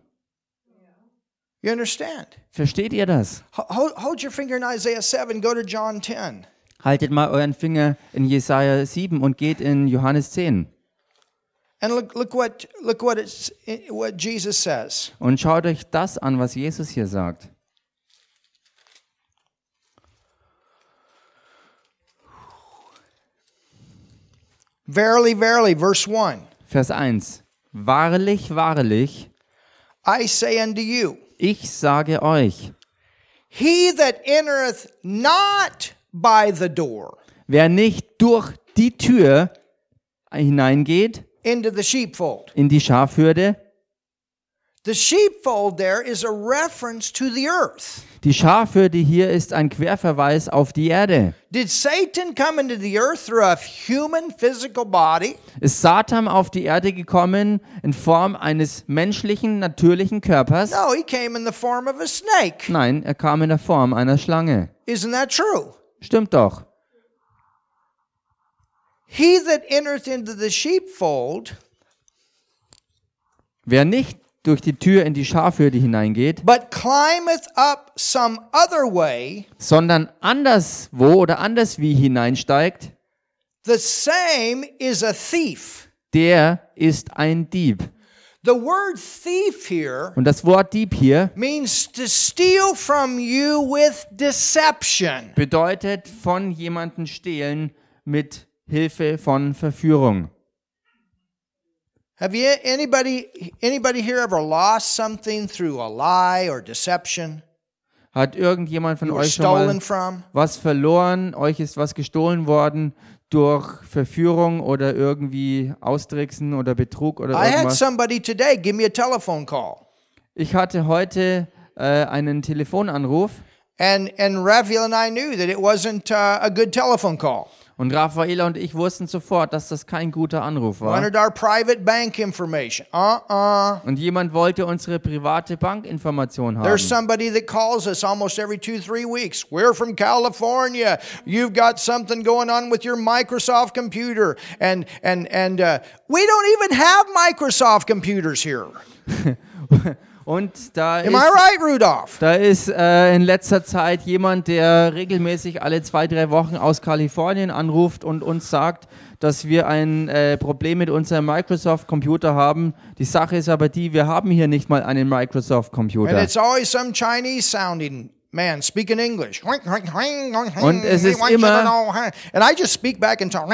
You understand?
Versteht ihr das?
Ho- Hold, hold your finger in Isaiah 7, go to John 10.
Haltet mal euren Finger in Jesaja 7 und geht in Johannes 10
And look, look what, look what, it's, what Jesus says.
und schaut euch das an, was Jesus hier sagt.
Verily, verily, verse 1
Vers 1. Wahrlich, wahrlich,
I say unto you,
ich sage euch,
he that entereth not by the door
wer nicht durch die Tür hineingeht
into the sheepfold.
in die Schafhürde,
The sheepfold there is a reference to the earth.
die Schafhürde hier ist ein Querverweis auf die Erde.
Did Satan come into the earth through a human physical body?
Ist Satan auf die Erde gekommen in Form eines menschlichen, natürlichen Körpers?
No, he came in the form of a snake.
Nein, er kam in der Form einer Schlange.
Isn't that true?
Stimmt doch.
He that entereth into the sheepfold,
Wer nicht durch die Tür in die Schafhürde hineingeht,
but climbeth up some other way,
sondern anderswo oder anderswie hineinsteigt,
the same is a thief.
der ist ein Dieb.
The word thief here
Und das Wort Dieb hier
means to steal from you with deception.
bedeutet von jemanden stehlen mit Hilfe von Verführung.
Have you anybody anybody here ever lost something through a lie or deception?
Hat irgendjemand von
Or
euch schon mal
stolen from?
was verloren, euch ist was gestohlen worden durch Verführung oder irgendwie Austricksen oder Betrug oder
I had
irgendwas.
somebody today give me a telephone call.
Ich hatte heute äh, einen Telefonanruf
And and Raphael and I knew that it wasn't uh, a good telephone call.
Und Raffaela und ich wussten sofort, dass das kein guter Anruf war.
wanted our private bank information. Uh uh
Und jemand wollte unsere private Bankinformation
There's
haben.
somebody that calls us almost every two, three weeks. We're from California. You've got something going on with your Microsoft computer, and and and uh, we don't even have Microsoft computers here.
Und da
Am I
ist,
right, Rudolph?
da ist äh, in letzter Zeit jemand, der regelmäßig alle zwei, drei Wochen aus Kalifornien anruft und uns sagt, dass wir ein äh, Problem mit unserem Microsoft-Computer haben. Die Sache ist aber die, wir haben hier nicht mal einen
And
Microsoft-Computer.
it's always some Chinese sounding man speaking English.
Und es ist immer-
and I just speak back and talk.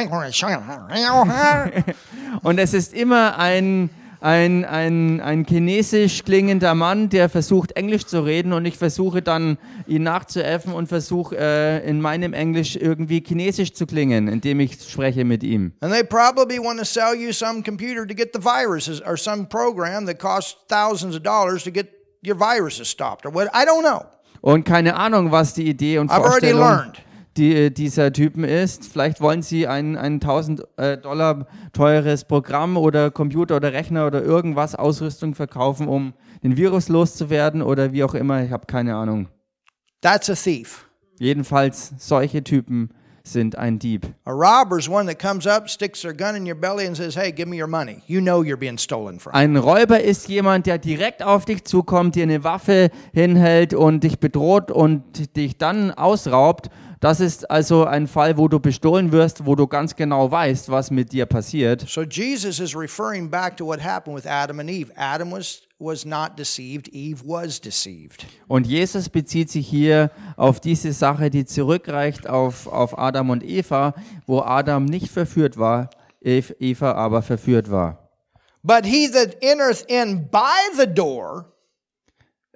Und es ist immer ein, ein, ein, ein chinesisch klingender Mann, der versucht, Englisch zu reden und ich versuche dann, ihn nachzuäffen und versuche, äh, in meinem Englisch irgendwie chinesisch zu klingen, indem ich spreche mit ihm.
And they probably want to sell you some computer to get the viruses or some program that costs thousands of dollars to get your viruses stopped or what. I don't know.
Und keine Ahnung, was die Idee und
I've already
Vorstellung
learned.
die, äh, dieser Typen ist. Vielleicht wollen sie ein, ein 1000 äh, Dollar teures Programm oder Computer oder Rechner oder irgendwas, Ausrüstung verkaufen, um den Virus loszuwerden oder wie auch immer. Ich habe keine Ahnung.
That's a thief.
Jedenfalls, solche Typen sind ein Dieb.
A robber's one that comes up, sticks their gun in your belly, and says, Hey, give me your money. You know you're being stolen from.
Ein Räuber ist jemand, der direkt auf dich zukommt, dir eine Waffe hinhält und dich bedroht und dich dann ausraubt. Das ist also ein Fall, wo du bestohlen wirst, wo du ganz genau weißt, was mit dir passiert.
So Jesus is referring back to what happened with Adam and Eve. Adam was, was not deceived, Eve was deceived.
Und Jesus bezieht sich hier auf diese Sache, die zurückreicht auf, auf Adam und Eva, wo Adam nicht verführt war, Ev- Eva aber verführt war.
But he that entereth in by the door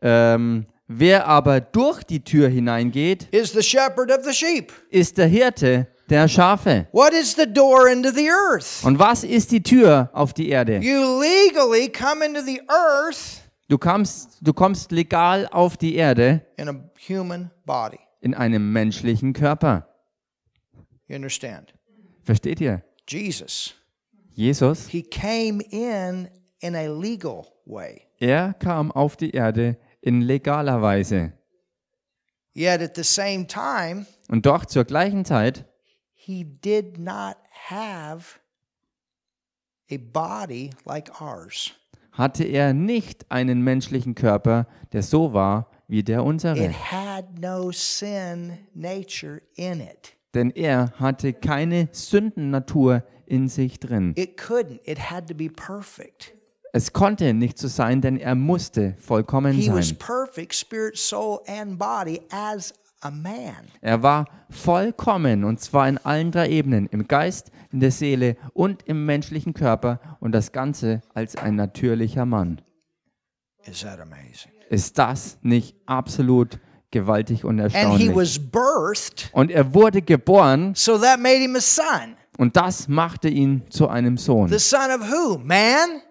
Ähm, wer aber durch die Tür hineingeht,
is the shepherd of the sheep.
ist der Hirte der Schafe.
What is the door into the earth?
Und was ist die Tür auf die Erde?
You legally come into the earth
Du kommst, du kommst legal auf die Erde
in a human body.
in einem menschlichen Körper.
You understand?
Versteht ihr?
Jesus,
Jesus,
he came in in a legal way.
er kam auf die Erde in legaler Weise.
Yet at the same time,
Und doch zur gleichen Zeit,
he did not have a body like ours.
hatte er nicht einen menschlichen Körper, der so war wie der
It
unsere.
had no sin nature in it.
Denn er hatte keine Sündennatur in sich drin.
It couldn't. It had to be perfect.
Es konnte nicht so sein, denn er musste vollkommen
He was
sein.
perfect, spirit, soul, and body as a man.
Er war vollkommen und zwar in allen drei Ebenen, im Geist, in der Seele und im menschlichen Körper und das Ganze als ein natürlicher Mann.
Is that amazing?
Ist das nicht absolut gewaltig und
And he
erstaunlich?
was birthed,
Und er wurde geboren
so that made him a son.
und das machte ihn zu einem Sohn.
The son of who? Man?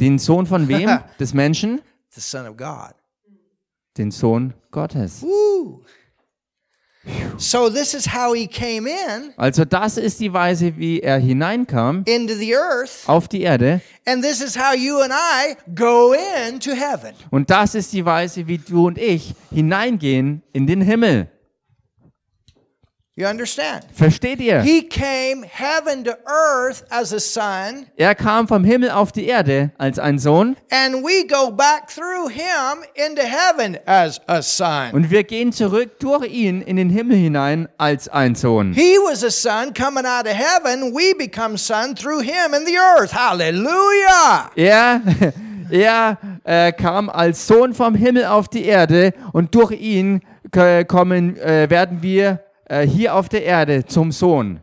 Den Sohn von
*laughs*
wem? Des Menschen?
The son of God.
Den Sohn Gottes.
Woo! So this is how he came in
Also das ist die Weise, wie er hineinkam
into the earth,
auf die Erde
and this is how you and I go into heaven.
und das ist die Weise, wie du und ich hineingehen in den Himmel.
You understand?
Versteht ihr?
He came heaven to earth as a son,
Er kam vom Himmel auf die Erde als ein Sohn
and we go back through him into heaven as a son.
und wir gehen zurück durch ihn in den Himmel hinein als ein Sohn.
He was a son coming out of heaven. We become son through him in the earth. Hallelujah.
Er, *laughs* er äh, kam als Sohn vom Himmel auf die Erde und durch ihn äh, kommen, äh, werden wir äh, hier auf der Erde zum Sohn.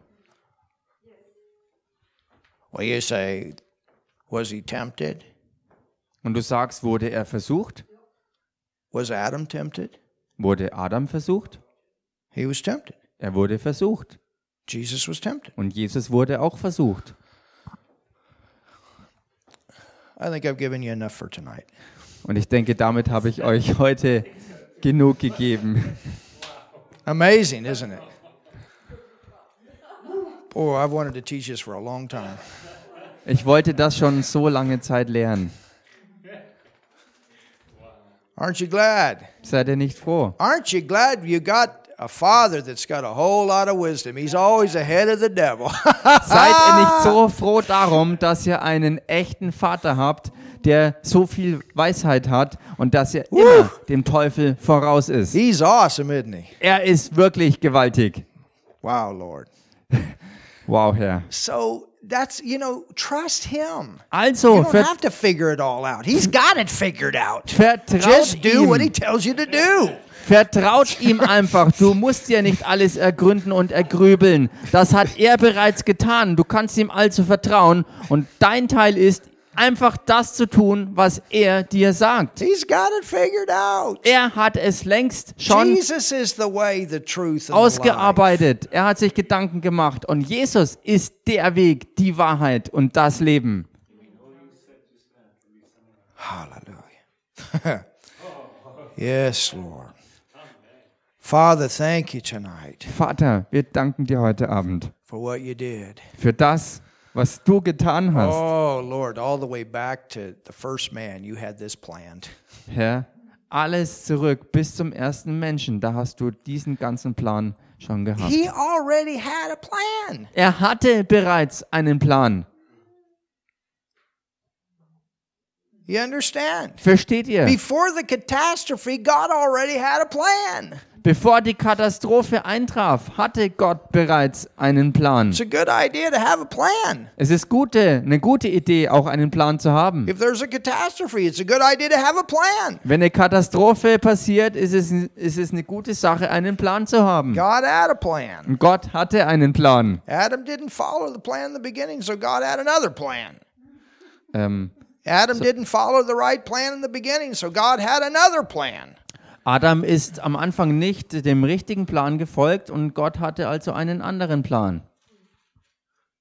Well, you say, was he tempted?
Und du sagst, wurde er versucht?
Was Adam tempted?
Wurde Adam versucht?
He was tempted.
Er wurde versucht.
Jesus was tempted.
Und Jesus wurde auch versucht.
I think I've given you enough for tonight.
Und ich denke, damit habe ich euch heute genug gegeben.
Amazing, isn't it? Oh, I've wanted to teach this for a long time.
Ich wollte das schon so lange Zeit lernen.
Aren't you glad?
Seid ihr nicht froh?
Aren't you glad you got a father that's got a whole lot of wisdom? He's always ahead of the devil. *laughs*
Seid ihr nicht so froh darum, dass ihr einen echten Vater habt, der so viel Weisheit hat und dass er immer dem Teufel voraus ist?
He's awesome, isn't he?
Er ist wirklich gewaltig.
Wow, Lord.
Wow, Herr.
So that's, you know, trust him. You
Also,
don't
ver
have to figure it all out. He's got it figured out.
vertraut
Just do what he
ihm.
tells you to do.
Vertraut ihm einfach. Du musst dir nicht alles ergründen und ergrübeln. Das hat er bereits getan. Du kannst ihm also vertrauen. Und dein Teil ist, einfach das zu tun, was er dir sagt.
He's got it figured out.
Er hat es längst schon
Jesus is the way, the truth, and the life.
ausgearbeitet. Er hat sich Gedanken gemacht. Und Jesus ist der Weg, die Wahrheit und das Leben.
Hallelujah. *laughs* yes, Lord. Father, thank you tonight
Vater, wir danken dir heute Abend
for what you did.
für das, was du getan hast,
Oh, Lord, all the way back to the first man, you had this planned.
Herr. Alles zurück bis zum ersten Menschen. Da hast du diesen ganzen Plan schon gehabt.
He already had a plan.
Er hatte bereits einen Plan.
You understand?
Versteht ihr?
Before the catastrophe, God already had a plan.
Bevor die Katastrophe eintraf, hatte Gott bereits einen Plan.
It's a good idea to have a plan.
Es ist gute, eine gute Idee, auch einen Plan zu haben.
If there's a catastrophe, it's a good idea to have a plan.
Wenn eine Katastrophe passiert, ist es, ist es eine gute Sache, einen Plan zu haben.
God had a plan.
Und Gott hatte einen Plan.
Adam didn't follow the plan in the beginning, so God had another plan.
Ähm,
Adam didn't follow the right plan in the beginning, so God had another plan.
Adam ist am Anfang nicht dem richtigen Plan gefolgt und Gott hatte also einen anderen Plan.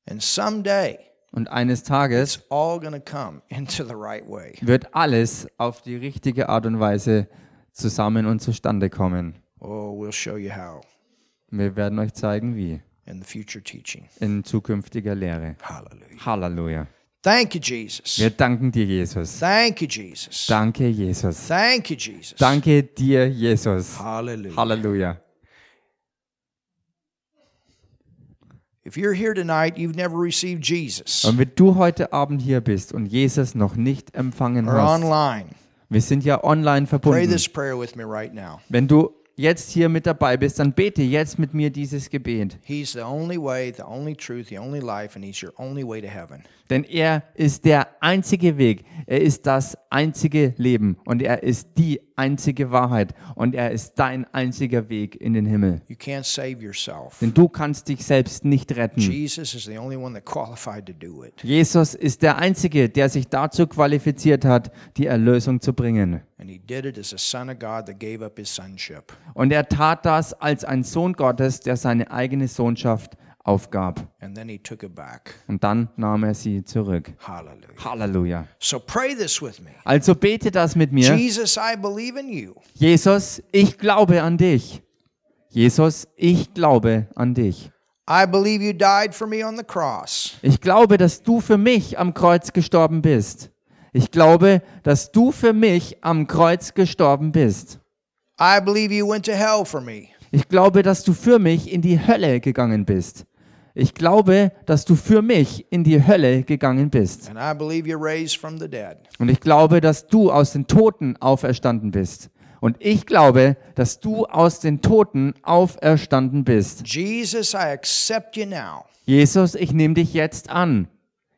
And someday,
Und eines Tages
all going to come *laughs* into the right way.
wird alles auf die richtige Art und Weise zusammen und zustande kommen.
Oh, we'll show you how
Wir werden euch zeigen, wie.
in the future teaching.
In zukünftiger Lehre.
Hallelujah.
Halleluja.
Thank you, Jesus.
Wir danken dir, Jesus.
Thank you, Jesus.
Danke, Jesus.
Thank you, Jesus.
Danke dir, Jesus.
Hallelujah.
Halleluja.
If you're here tonight, you've never received Jesus
Und wenn du heute Abend hier bist und Jesus noch nicht empfangen
or
hast,
online,
wir sind ja online
pray
verbunden.
this prayer with me right now.
Wenn du jetzt hier mit dabei bist, dann bete jetzt mit mir dieses Gebet.
He's the only way, the only truth, the only life, and He's your only way to heaven.
Denn er ist der einzige Weg, er ist das einzige Leben und er ist die einzige Wahrheit und er ist dein einziger Weg in den Himmel.
You can't save yourself.
Denn du kannst dich selbst nicht retten.
Jesus is the only one that qualified to do it.
Jesus ist der Einzige, der sich dazu qualifiziert hat, die Erlösung zu bringen.
And he did it as a son of God that gave up his sonship.
Und er tat das als ein Sohn Gottes, der seine eigene Sohnschaft aufgab.
And then he took it back.
Und dann nahm er sie zurück.
Hallelujah.
Halleluja.
So pray this with me.
Also bete das mit mir.
Jesus, I believe in you.
Jesus, ich glaube an dich. Jesus, ich glaube an dich.
I believe you died for me on the cross.
Ich glaube, dass du für mich am Kreuz gestorben bist. Ich glaube, dass du für mich am Kreuz gestorben bist.
I believe you went to hell for me.
Ich glaube, dass du für mich in die Hölle gegangen bist. Ich glaube, dass du für mich in die Hölle gegangen bist.
And I believe you raised from the dead.
Und ich glaube, dass du aus den Toten auferstanden bist. Und ich glaube, dass du aus den Toten auferstanden bist.
Jesus, I accept you now.
Jesus, ich nehme dich jetzt an.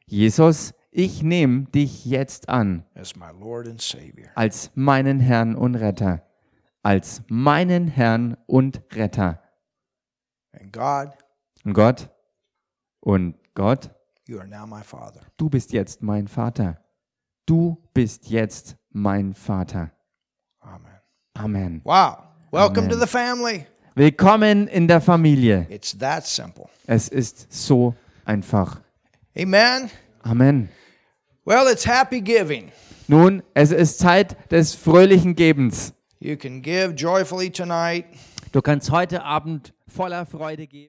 Jesus, ich nehme dich jetzt an
as my Lord and Savior.
als meinen Herrn und Retter. Als meinen Herrn und Retter.
And God,
Und Gott, und Gott,
you are now my Father.
du bist jetzt mein Vater. Du bist jetzt mein Vater.
Amen.
Amen.
Wow. Welcome to
Amen.
the family.
Willkommen in der Familie.
It's that simple.
Es ist so einfach.
Amen.
Amen.
Well, it's happy giving.
Nun, es ist Zeit des fröhlichen Gebens.
You can give joyfully tonight.
Du kannst heute Abend voller Freude geben.